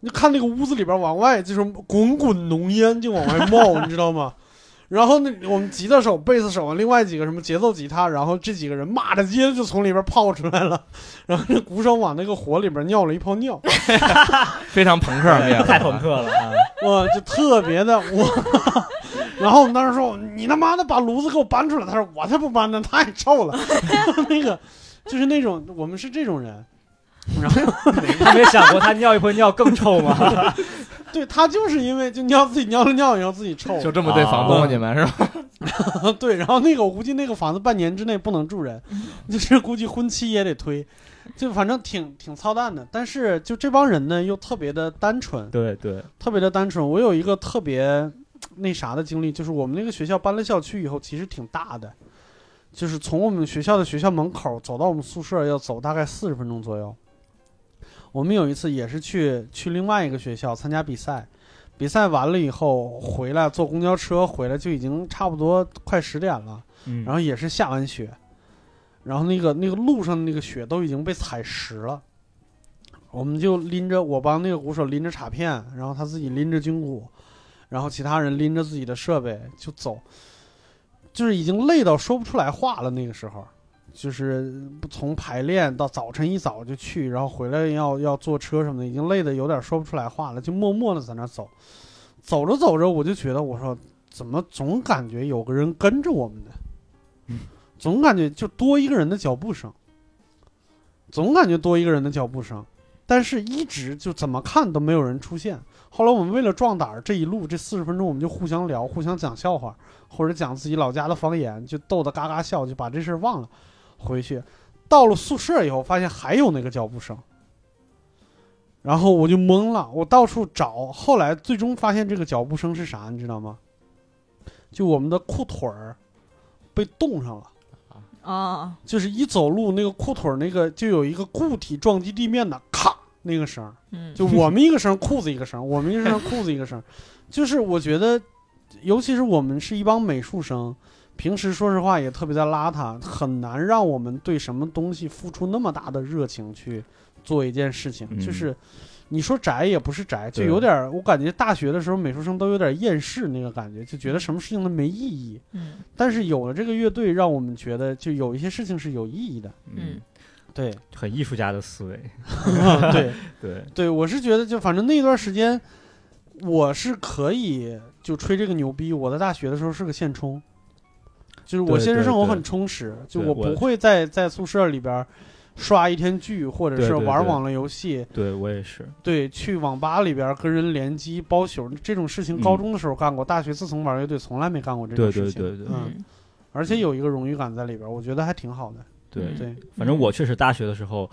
A: 你看那个屋子里边往外就是滚滚浓烟就往外冒，你知道吗？然后那我们吉他手、贝斯手啊，另外几个什么节奏吉他，然后这几个人骂着街就从里边泡出来了， [LAUGHS] 然后这鼓手往那个火里边尿了一泡尿，
C: 非常朋克的样子，
G: 太朋克了啊！
A: 哇，就特别的我。 [LAUGHS] 然后我们当时说：“你他妈的把炉子给我搬出来！”他说：“我才不搬呢，太臭了。” [LAUGHS] 那个就是那种我们是这种人，然后
G: [LAUGHS] 他没想过他尿一泡尿更臭吗？
A: [LAUGHS] 对他就是因为就尿自己尿了尿以后自己臭，
C: 就这么对房东
A: 啊
C: 啊你们是吧？
A: 对，然后那个我估计那个房子半年之内不能住人， [LAUGHS] 就是估计婚期也得推，就反正挺挺操蛋的。但是就这帮人呢，又特别的单纯，
G: 对对，
A: 特别的单纯。我有一个特别那啥的经历，就是我们那个学校搬了校区以后，其实挺大的，就是从我们学校的学校门口走到我们宿舍要走大概四十分钟左右。我们有一次也是去去另外一个学校参加比赛，比赛完了以后回来坐公交车回来就已经差不多快十点了，
G: 嗯
A: 然后也是下完雪，然后那个那个路上的那个雪都已经被踩实了，我们就拎着我帮那个鼓手拎着镲片，然后他自己拎着军鼓，然后其他人拎着自己的设备就走，就是已经累到说不出来话了。那个时候，就是从排练到早晨一早就去，然后回来要要坐车什么的，已经累得有点说不出来话了，就默默的在那儿走。走着走着，我就觉得我说怎么总感觉有个人跟着我们呢？总感觉就多一个人的脚步声，总感觉多一个人的脚步声，但是一直就怎么看都没有人出现。后来我们为了壮胆儿，这一路这四十分钟我们就互相聊，互相讲笑话，或者讲自己老家的方言，就逗得嘎嘎笑，就把这事儿忘了。回去到了宿舍以后，发现还有那个脚步声，然后我就懵了，我到处找，后来最终发现这个脚步声是啥，你知道吗？就我们的裤腿儿被冻上了。
D: 啊，
A: 就是一走路那个裤腿儿那个就有一个固体撞击地面的咔那个声儿，
D: 嗯，
A: 就我们一个声儿裤子一个声儿，我们一个声儿裤子一个声儿，就是我觉得，尤其是我们是一帮美术生，平时说实话也特别的邋遢，很难让我们对什么东西付出那么大的热情去做一件事情，
G: 嗯
A: 就是。你说宅也不是宅，就
G: 对
A: 有点儿，我感觉大学的时候美术生都有点厌世那个感觉，就觉得什么事情都没意义。
D: 嗯
A: 但是有了这个乐队，让我们觉得就有一些事情是有意义的。
D: 嗯，
A: 对
G: 很艺术家的思维，
A: [LAUGHS]
G: [LAUGHS]
A: 对
G: 对，
A: 对，我是觉得就反正那段时间，我是可以就吹这个牛逼。我在大学的时候是个现充，就是我
G: 对
A: 现实
G: 对
A: 生活
G: 对
A: 很充实，就
G: 对
A: 我
G: 我
A: 不会在在宿舍里边儿刷一天剧，或者
G: 对
A: 是
G: 对
A: 玩
G: 对
A: 网络游戏，
G: 对我也是，
A: 对，去网吧里边儿跟人联机包宿这种事情，高
G: 嗯
A: 中的时候干过，大学自从玩乐队从来没干过这种
G: 对
A: 事
G: 对
A: 情。
G: 对对
A: 嗯，而且有一个荣誉感在里边儿，我觉得还挺好的。
G: 对
D: 嗯，
A: 对，
G: 反正我确实大学的时候，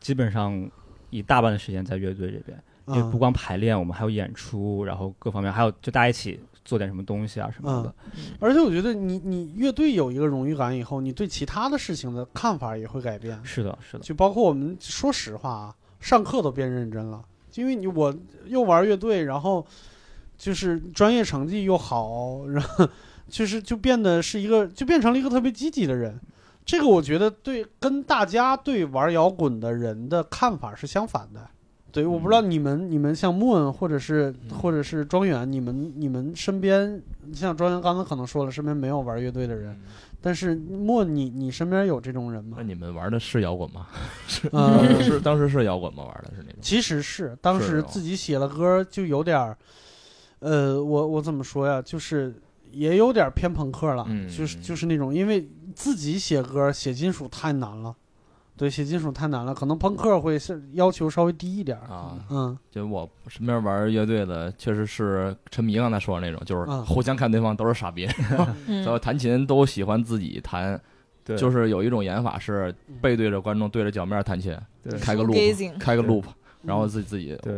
G: 基本上一大半的时间在乐队这边，因为
A: 嗯
G: 不光排练，我们还有演出，然后各方面还有就大家一起做点什么东西啊什么的。
A: 而且我觉得你你乐队有一个荣誉感以后，你对其他的事情的看法也会改变，
G: 是的，是的，
A: 就包括我们说实话啊，上课都变认真了，因为你我又玩乐队，然后就是专业成绩又好，然后就是就变得是一个就变成了一个特别积极的人。这个我觉得对跟大家对玩摇滚的人的看法是相反的。对，我不知道你们你们像莫恩或者是或者是庄园，你们你们身边像庄园刚才可能说了，身边没有玩乐队的人，但是莫恩你你身边有这种人吗
C: [LAUGHS] 那？你们玩的是摇滚吗？是
A: 嗯
C: 当时呃是当时是摇滚吗？玩的是那种
A: 其实是当
C: 是
A: 时
C: 哦
A: 自己写了歌，就有点儿，呃，我我怎么说呀？就是也有点儿偏朋克了，
C: 嗯
A: 就是就是那种，因为自己写歌写金属太难了，对，写金属太难了，可能朋克会是要求稍微低一点儿，
C: 啊，
A: 嗯，
C: 就我身边玩乐队的，确实是陈迷刚才说的那种，就是
A: 嗯
C: 互相看对方都是傻逼， [LAUGHS] 然后
D: 嗯
C: 弹琴都喜欢自己弹，
G: 对，
C: 就是是有一种演法是背对着观众，对着脚面弹琴，
G: 对
C: 开个
D: Shoegazing
C: loop，开个
G: 对
C: loop，然后自己自己，
G: 对，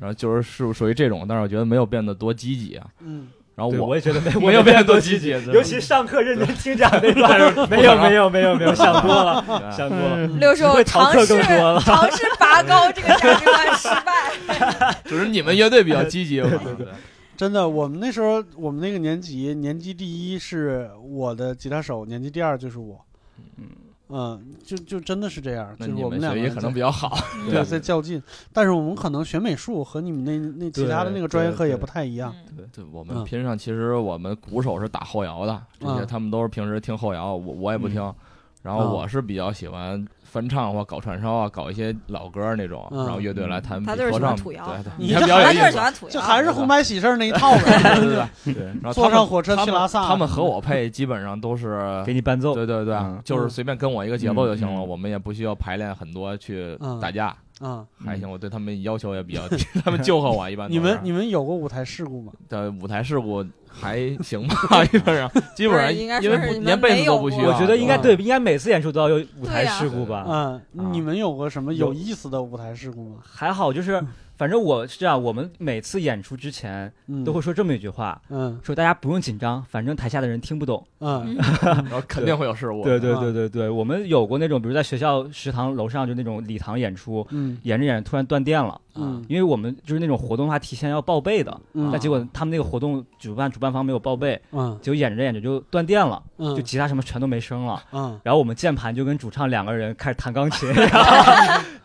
C: 然后就是是属于这种，但是我觉得没有变得多积极啊。
A: 嗯，
C: 然后
G: 对
C: 我
G: 我也觉得没
C: [LAUGHS] 没有变得多积极，
G: 尤其上课认真听讲 [LAUGHS] 那段，没有没有没有没有，想多了，
C: 对
G: 想多了。
D: 六叔
G: 会逃
D: 尝
G: 课
D: 试
G: 更多了
D: 尝试拔高这个价值观失败，
C: 只是你们乐队比较积极，我觉得
A: 真的，我们那时候我们那个年级，年级第一是我的吉他手，年级第二就是我，
G: 嗯
A: 嗯，就就真的是这样，
C: 那
A: 就是
C: 你
A: 我
C: 们
A: 两
C: 学
A: 个
C: 习
A: 人
C: 可
A: 在
C: 能比较
A: [LAUGHS]
C: 好，
A: 对啊在较劲，但是我们可能学美术和你们那那其他的那个专业课也不太一样。
D: 嗯
C: 对，对我们
A: 嗯
C: 拼上，其实我们鼓手是打后摇的，这些
A: 嗯
C: 他们都是平时听后摇，我我也不听。然后
A: 啊
C: 我是比较喜欢翻唱或搞串烧啊，搞一些老歌那种，
A: 嗯
C: 然后乐队来弹
D: 他
C: 比
D: 就是
C: 合
D: 喜欢
C: 唱，
D: 土
C: 对
D: 窑
C: 对，
A: 你
C: 你还
A: 这
C: 比较
A: 还
C: 有
D: 他
C: 意
D: 就是
C: 思
D: 喜。欢土
A: 这
D: 窑，
G: 啊
A: 还是红白喜事儿那一套
G: [LAUGHS]
C: 对
A: [LAUGHS] 呗，
C: 对对对对，然后
A: 坐
C: 他
A: 上
C: 们
A: 火车
C: 他
A: 去
C: 们
A: 拉萨。
C: 他们和我配基本上都是
G: 给你伴奏，
C: 对对对
G: 嗯，
C: 就是
A: 嗯
C: 随便跟我一个节奏就行了，
G: 嗯嗯
C: 我们也不需要排练很多去
A: 嗯
C: 打架，
A: 啊，
C: 还行。我对他们要求也比较低， [LAUGHS] 他们救和我一般都
A: 你
C: 是。
A: 们你们有过舞台事故吗？
C: 的舞台事故还行
G: [LAUGHS]
C: 吧，基本上基本上
D: 应该
C: 因为
D: 说是
C: 不
D: 你们
C: 连被
D: 没
C: 子都
D: 有
C: 不需
D: 过
C: 要。
G: 我觉得应该
A: 嗯
G: 对，应该每次演出都要有舞台
D: 对呀
G: 事故吧。
A: 嗯，
G: 啊
A: 你们有过什么有意思的舞台事故吗？
G: 还好，就是反正我是这样，我们每次演出之前
A: 嗯，
G: 都会说这么一句话，
A: 嗯
G: 说大家不用紧张，反正台下的人听不懂。
A: 嗯
C: 然后 [LAUGHS] 肯定会有事故。
G: 对对对对对，我们有过那种，比如在学校食堂楼上就那种礼堂演出，
A: 嗯
G: 演着演着突然断电了，啊
A: 嗯
G: 因为我们就是那种活动的话提前要报备的，
A: 嗯
G: 但结果他们那个活动主办主办方没有报备，
A: 嗯
G: 结果演着演着就断电了，
A: 嗯
G: 就吉他什么全都没声了。
A: 嗯
G: 然后我们键盘就跟主唱两个人开始弹
A: [LAUGHS]
G: 钢琴，然后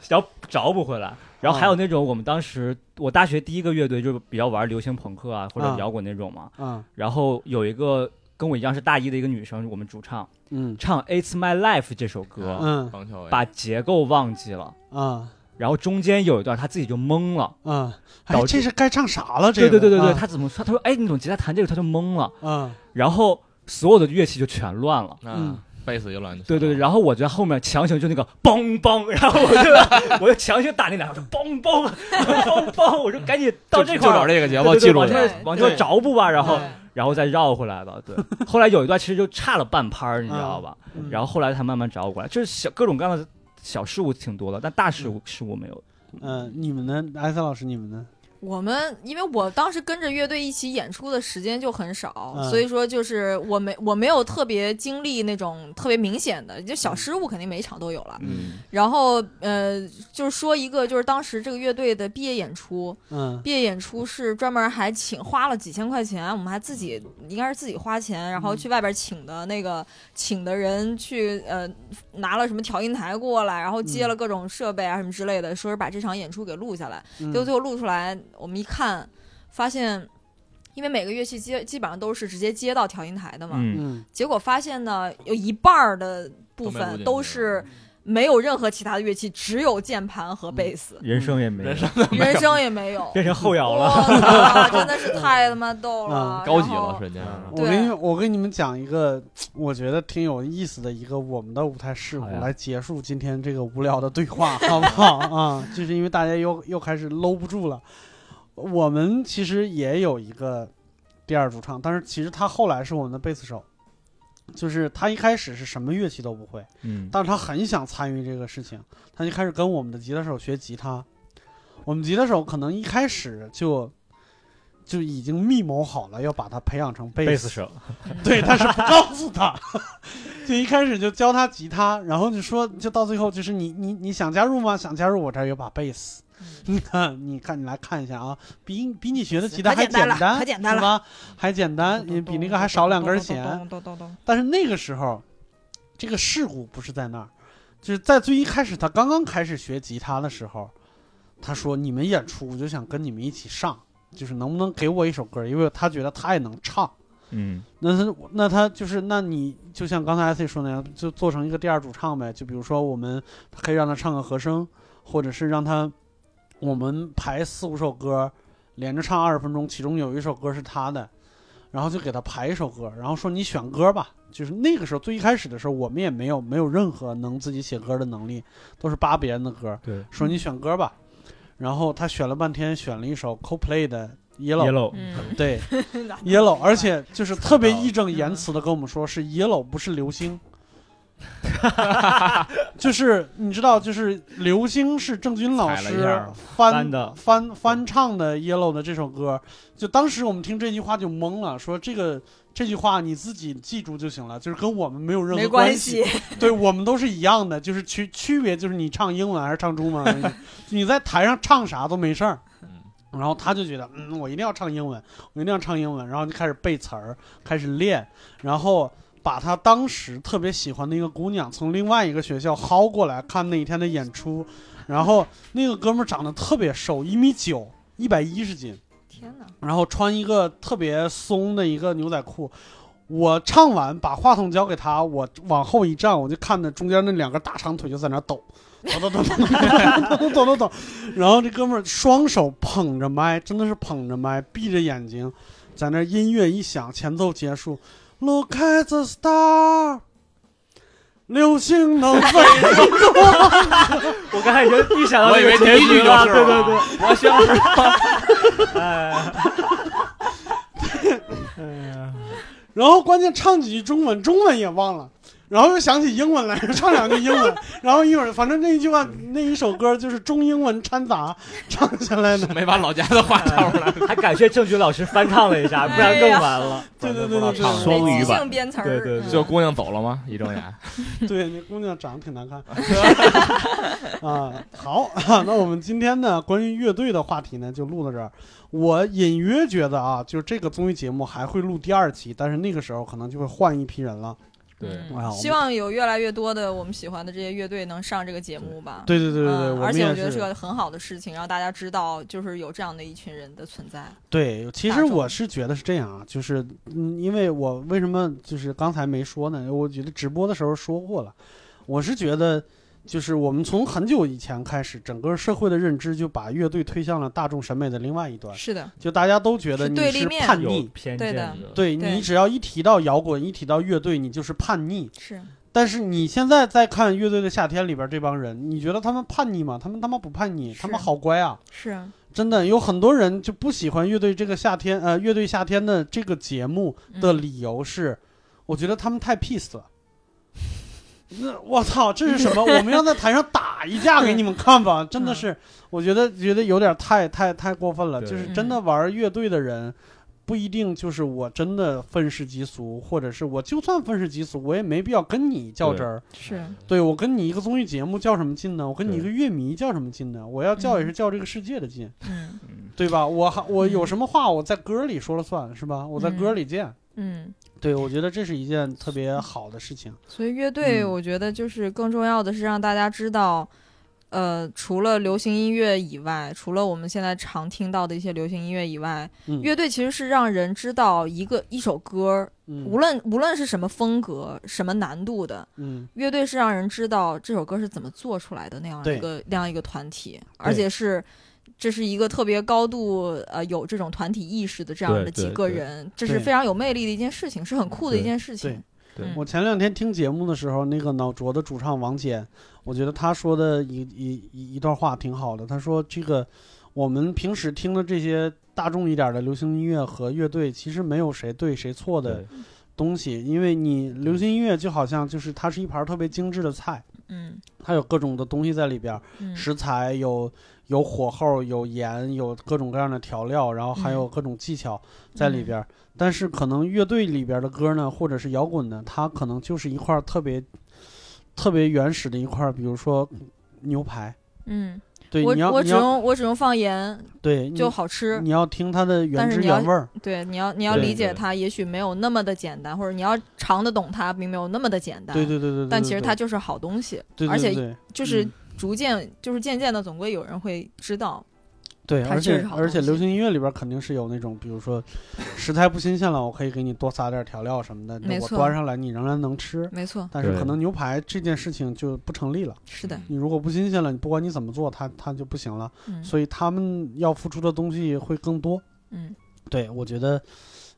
G: 然后找补回来。然后还有那种我们当时我大学第一个乐队就是比较玩流行朋克啊或
A: 啊
G: 者摇滚那种嘛，
A: 嗯
G: 然后有一个跟我一样是大一的一个女生，我们主唱
A: 嗯
G: 唱《It's My Life》这首歌，
A: 嗯
C: 棒球也
G: 把结构忘记了，
A: 啊
G: 然后中间有一段她自己就懵了。
A: 啊！哎，
G: 导致
A: 这是该唱啥了？这
G: 对
A: 个
G: 对对对对，
A: 啊
G: 她怎么说？她说：“哎，你怎么吉他弹这个？”她就懵了，
A: 啊
G: 然后所有的乐器就全乱了。
A: 嗯
C: 啊，贝斯一乱就
G: 对对对，
C: 行
G: 然后我在后面强行就那个梆梆，然后我就我就强行打那两个梆梆梆梆，我说赶紧到
C: 就
G: 这
C: 就
G: 块
C: 找
G: 儿，
C: 这个节
G: 对
C: 奏
G: 对
C: 记
G: 对，
C: 住
G: 往
C: 了。
G: 这
D: 对
G: 往这
A: 对
G: 找补吧，然后
D: 对
G: 然后再绕回来的。对，后来有一段其实就差了半拍儿，你知道吧？
A: 嗯
G: 然后后来才慢慢找过来，就是小各种各样的小事物挺多的，但大事物事物没有。
A: 嗯，你们呢？艾森老师，你们呢？
D: 我们因为我当时跟着乐队一起演出的时间就很少，
A: 嗯
D: 所以说就是我没我没有特别经历那种特别明显的，就小失误肯定每一场都有了。
A: 嗯
D: 然后呃，就是说一个就是当时这个乐队的毕业演出，
A: 嗯
D: 毕业演出是专门还请花了几千块钱，我们还自己应该是自己花钱，然后去外边请的那个 [LAUGHS] 请的人去呃拿了什么调音台过来，然后接了各种设备啊什么之类的，说是把这场演出给录下来。
A: 嗯
D: 结果最后录出来，我们一看，发现，因为每个乐器基基本上都是直接接到调音台的嘛，
G: 嗯，
A: 嗯
D: 结果发现呢，有一半儿的部
C: 都没录进
D: 分
C: 去
D: 都是没有任何其他的乐器，只有键盘和贝
G: [LAUGHS]
D: 斯，
G: 人生
C: 嗯
G: 也没有，
D: [LAUGHS] 人声也没有。
G: 变成后摇
D: [LAUGHS] 我
G: 了。
D: 操，真的是太他妈逗嗯了，
C: 高级
D: 然后
C: 了，瞬间
G: 啊
C: 啊
A: 我
D: 对
A: 跟你我跟你们讲一个，我觉得挺有意思的一个我们的舞台事故，
G: 好呀
A: 来结束今天这个无聊的对话，好不好啊？就是因为大家又又开始搂不住了。我们其实也有一个第二主唱，但是其实他后来是我们的贝斯手，就是他一开始是什么乐器都不会，
G: 嗯，
A: 但是他很想参与这个事情，他就开始跟我们的吉他手学吉他。我们吉他手可能一开始就就已经密谋好了要把他培养成贝
G: 贝斯手，
A: 对，
G: [LAUGHS]
A: 但是不 [LAUGHS] 告诉他，就一开始就教他吉他，然后就说，就到最后就是你你你想加入吗？想加入，我这儿有把贝斯，
D: 嗯
A: [LAUGHS] 你看你看你来看一下啊，比比你学的吉他
D: 可
A: 还
D: 简单了
A: 单，
D: 可简
A: 是
D: 单了
A: 吧？还简单，也啊比那个还少两根弦。
D: 咚咚咚咚
A: 但是那个时候，这个事故不是在那儿，就是在最一开始他刚刚开始学吉他的时候，他说：“你们演出，我就想跟你们一起上，就是能不能给我一首歌？因为他觉得他也能唱。”
G: 嗯，
A: 那他那他就是，那你就像刚才 IC 说那样，就做成一个第二主唱呗。就比如说，我们可以让他唱个和声，或者是让他我们排四五首歌，连着唱二十分钟，其中有一首歌是他的，然后就给他排一首歌，然后说你选歌吧。就是那个时候最一开始的时候，我们也没有没有任何能自己写歌的能力，都是扒别人的歌。
G: 对，
A: 说你选歌吧，然后他选了半天，选了一首 Coldplay 的 Yellow。
G: yellow，
D: 嗯
A: 对。yellow，而
D: [LAUGHS]
A: 且 [LAUGHS] 就是特别
C: 道
A: 义正言辞的跟我们说是 yellow，不是流 [LAUGHS] 星。就是你知道，就是流星是郑钧老
C: 踩了一
A: 师
C: 下
A: 翻
G: 翻的
A: 翻翻唱的 yellow 的这首歌，就当时我们听这句话就懵了，说这个这句话你自己记住就行了，就是跟我们没有任
D: 没
A: 何
D: 关
A: 系。， [LAUGHS] 对我们都是一样的，就是区区别就是你唱英文还是唱中文而已。 [LAUGHS] 你在台上唱啥都没事儿。然后他就觉得，嗯，我一定要唱英文，我一定要唱英文，然后就开始背词儿，开始练，然后把他当时特别喜欢的一个姑娘从另外一个学校薅过来看那一天的演出，然后那个哥们儿长得特别瘦，一米九，一百一十斤，
D: 天哪，
A: 然后穿一个特别松的一个牛仔裤。我唱完，把话筒交给他，我往后一站，我就看着中间那两个大长腿就在那抖，抖抖抖抖抖抖抖抖抖抖。然后这哥们儿双手捧着麦，真的是捧着麦，闭着眼睛，在那音乐一响，前奏结束，Look at the star，流星能飞得多。
E: 我刚才已经预想到
C: 我以为
E: 这个
C: 第一句
E: 结局
C: 就是
E: 了，
C: 啊
E: 对对对，
C: 我想
G: 哎
A: 然后关键唱几句中文，中文也忘了，然后又想起英文来，唱两句英文，然后一会儿反正那一句话那一首歌就是中英文掺杂 [LAUGHS] 唱下来的。
C: 没把老家的
G: [LAUGHS]
C: 话
G: 哎
C: 套出来。
E: 还感谢郑钧老师翻唱了一下，不然更完了。
A: 对对对对对，
C: 唱
F: 双语
D: 即
F: 版
D: 兴编词儿，
E: 对对对
D: 嗯
C: 就姑娘走了吗？一睁眼，
A: 对，那姑娘长得挺难看。啊，好， [LAUGHS] 那我们今天呢，关于乐队的话题呢，就录到这儿。我隐约觉得啊，就是这个综艺节目还会录第二期，但是那个时候可能就会换一批人了。
C: 对
D: 嗯
A: 哇我们
D: 希望有越来越多的我们喜欢的这些乐队能上这个节目吧。
A: 对对对对对，
D: 嗯
A: 我
D: 而
A: 们
D: 且
A: 也
D: 我觉得
A: 是
D: 是个很好的事情，让大家知道就是有这样的一群人的存在。
A: 对，其
D: 大
A: 实
D: 众
A: 我是觉得是这样啊，就是嗯，因为我为什么就是刚才没说呢？我觉得直播的时候说过了，我是觉得就是我们从很久以前开始，整个社会的认知就把乐队推向了大众审美的另外一端，
D: 是的，
A: 就大家都觉得
D: 是
A: 你
D: 对立
A: 是
D: 面
A: 叛
E: 有
A: 逆，
E: 偏
D: 对
E: 见
D: 的
A: 对
D: 对
A: 你只要一提到摇滚，一提到乐队，你就是叛逆。
D: 是
A: 但是你现在再看《乐队的夏天》里边这帮人，你觉得他们叛逆吗？他们他妈不叛逆，他们
D: 是
A: 好乖啊！
D: 是啊，
A: 真的有很多人就不喜欢乐队这个夏天，呃，乐队夏天的这个节目的
D: 嗯
A: 理由是，我觉得他们太 peace 了。那我操，这是什么？我们要在台上打一架给你们看吧！真的是，我觉得觉得有点太太太过分了。
G: 对
A: 就是真的玩乐队的人，不一定就是我真的愤世嫉俗，或者是我就算愤世嫉俗，我也没必要跟你较真儿。
D: 是
A: 对我跟你一个综艺节目较什么劲呢？我跟你一个
G: 对
A: 乐迷较什么劲呢？我要较也是较这个世界的劲。 [LAUGHS]
D: 嗯
A: 对吧？我还我有什么话我在歌里说了算是吧？我在歌里见。
D: 嗯，
A: 对，我觉得这是一件特别好的事情。
D: 所以乐队
A: 嗯
D: 我觉得就是更重要的是让大家知道。呃，除了流行音乐以外，除了我们现在常听到的一些流行音乐以外，
A: 嗯，
D: 乐队其实是让人知道一个一首歌，无
A: 嗯
D: 论无论是什么风格、什么难度的，
A: 嗯
D: 乐队是让人知道这首歌是怎么做出来的那样
A: 对
D: 一个那样一个团体，而且是这是一个特别高度呃有这种团体意识的这样的
G: 对
D: 几
G: 对
D: 个
G: 对
D: 人，这是
A: 对
D: 非常有魅力的一件事情，是很酷的一
G: 对
D: 件事
A: 对
D: 情。
G: 对
D: 嗯
A: 我前两天听节目的时候，那个脑浊的主唱王坚，我觉得他说的一一一一段话挺好的。他说这个我们平时听的这些大众一点的流行音乐和乐队，其实没有谁对谁错的
G: 对
A: 东西，因为你流行音乐就好像就是它是一盘特别精致的菜，
D: 嗯
A: 它有各种的东西在里边儿。
D: 嗯，
A: 食材有有火候、有盐、有各种各样的调料，然后还有
D: 嗯
A: 各种技巧在里边儿。但是可能乐队里边的歌呢，或者是摇滚呢，它可能就是一块儿特别特别原始的一块儿，比如说牛排。
D: 嗯，
A: 对，
D: 我
A: 你要
D: 我
A: 你
D: 只
A: 要
D: 用我只用放盐
A: 对
D: 就
A: 你
D: 好吃。
A: 你要听它的原
D: 但是
A: 汁
D: 你要
A: 原味儿。
D: 对，你要你要
A: 对
D: 理解
G: 对
D: 它，也许没有那么的简单，或者你要尝得懂它，并没有那么的简单。
A: 对对对对对。
D: 但
A: 对
D: 其实
A: 对
D: 它就是好东西，
A: 对对
D: 而
A: 对
D: 且
A: 对
D: 就是
A: 嗯
D: 逐渐就是渐渐的，总归有人会知道。
A: 对，
D: 它
A: 而
D: 确实
A: 且
D: 好
A: 而且
D: 东
A: 流
D: 西
A: 行音乐里边肯定是有那种，比如说食材不新鲜了，我可以给你多撒点调料什么的，
D: 没
A: 我
D: 错
A: 端上来你仍然能吃。
D: 没错，
A: 但是
G: 对
A: 可能牛排这件事情就不成立了。
D: 是的，
A: 你如果不新鲜了，你不管你怎么做，它它就不行了。
D: 嗯
A: 所以他们要付出的东西会更多。
D: 嗯。
A: 对，我觉得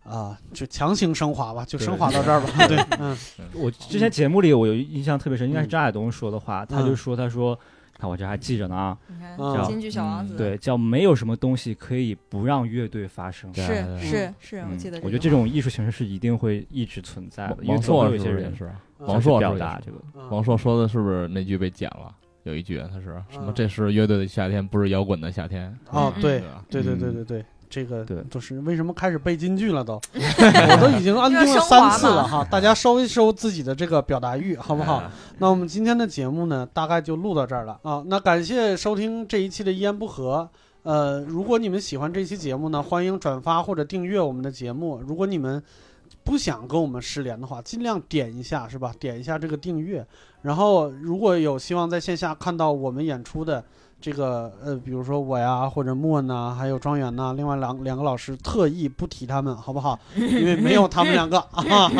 A: 啊、就强行升华吧，就
G: 对
A: 升华到这儿吧。对，
G: [LAUGHS]
A: 嗯
G: 我之前节目里我有印象特别深，应
C: 嗯
G: 该是张亚东说的话，他就说他说，看我这还记着呢啊，
D: 你看
A: 嗯
D: 京剧小王子，
G: 对，叫没有什么东西可以不让乐队发生。
D: 是是是，啊我
G: 嗯
D: 记得。
G: 我觉得这种艺术形式是一定会一直存在的，因为
C: 哎王
G: 总会
C: 朔
G: 有
C: 是
G: 一
C: 不
G: 些
C: 是
G: 人
C: 也是？
A: 嗯
C: 王朔
G: 表
C: 是
G: 达这个。
A: 嗯
C: 王朔说的是不是那句被剪了？有一句他是什么？
A: 嗯
C: 这是乐队的夏天，不是摇滚的夏天。
A: 哦，对
C: 吧
A: 对对
G: 嗯
A: 对对对。这个
G: 对
A: 都是为什么开始背金句了都，我都已经安定了三次了哈，大家收一收自己的这个表达欲，好不好？？
C: 哎
A: 那我们今天的节目呢，大概就录到这儿了啊。那感谢收听这一期的一言不合。呃，如果你们喜欢这期节目呢，欢迎转发或者订阅我们的节目。如果你们不想跟我们失联的话，尽量点一下，是吧？点一下这个订阅。然后，如果有希望在线下看到我们演出的这个，呃，比如说我呀，或者莫呐，还有庄园呐，另外两两个老师特意不提他们，好不好？因为没有他们两个啊，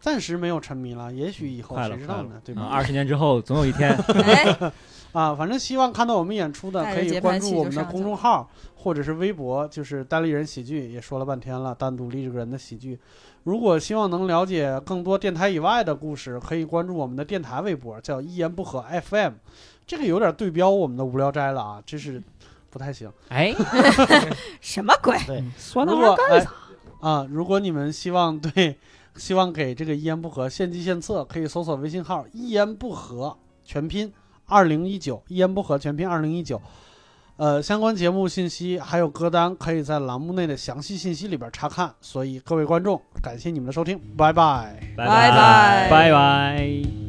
A: 暂时没有沉迷了，也许以后
G: 快了
A: 谁知道
G: 快
A: 呢，对吧？
G: 啊二十年之后，总有一天
D: 哎，
G: [LAUGHS]
A: 啊，反正希望看到我们演出的
D: 带着
A: 可以
D: 节
A: 关
D: 拍器
A: 注
D: 就
A: 我们的
D: 上
A: 公
D: 去
A: 众号或者是微博，就是单立人喜剧，也说了半天了，单独立这个人的喜剧。如果希望能了解更多电台以外的故事，可以关注我们的电台微博，叫一言不合 FM。这个有点对标我们的无聊斋了啊，真是不太行。
F: 哎，
D: 什么鬼？
F: 酸
A: 如果哎啊，如果你们希望对希望给这个一言不合献计献策，可以搜索微信号“一言不合”全拼二零一九，一言不合全拼二零一九。呃，相关节目信息还有歌单，可以在栏目内的详细信息里边查看。所以各位观众，感谢你们的收听，拜拜。
D: 拜拜
F: 拜拜。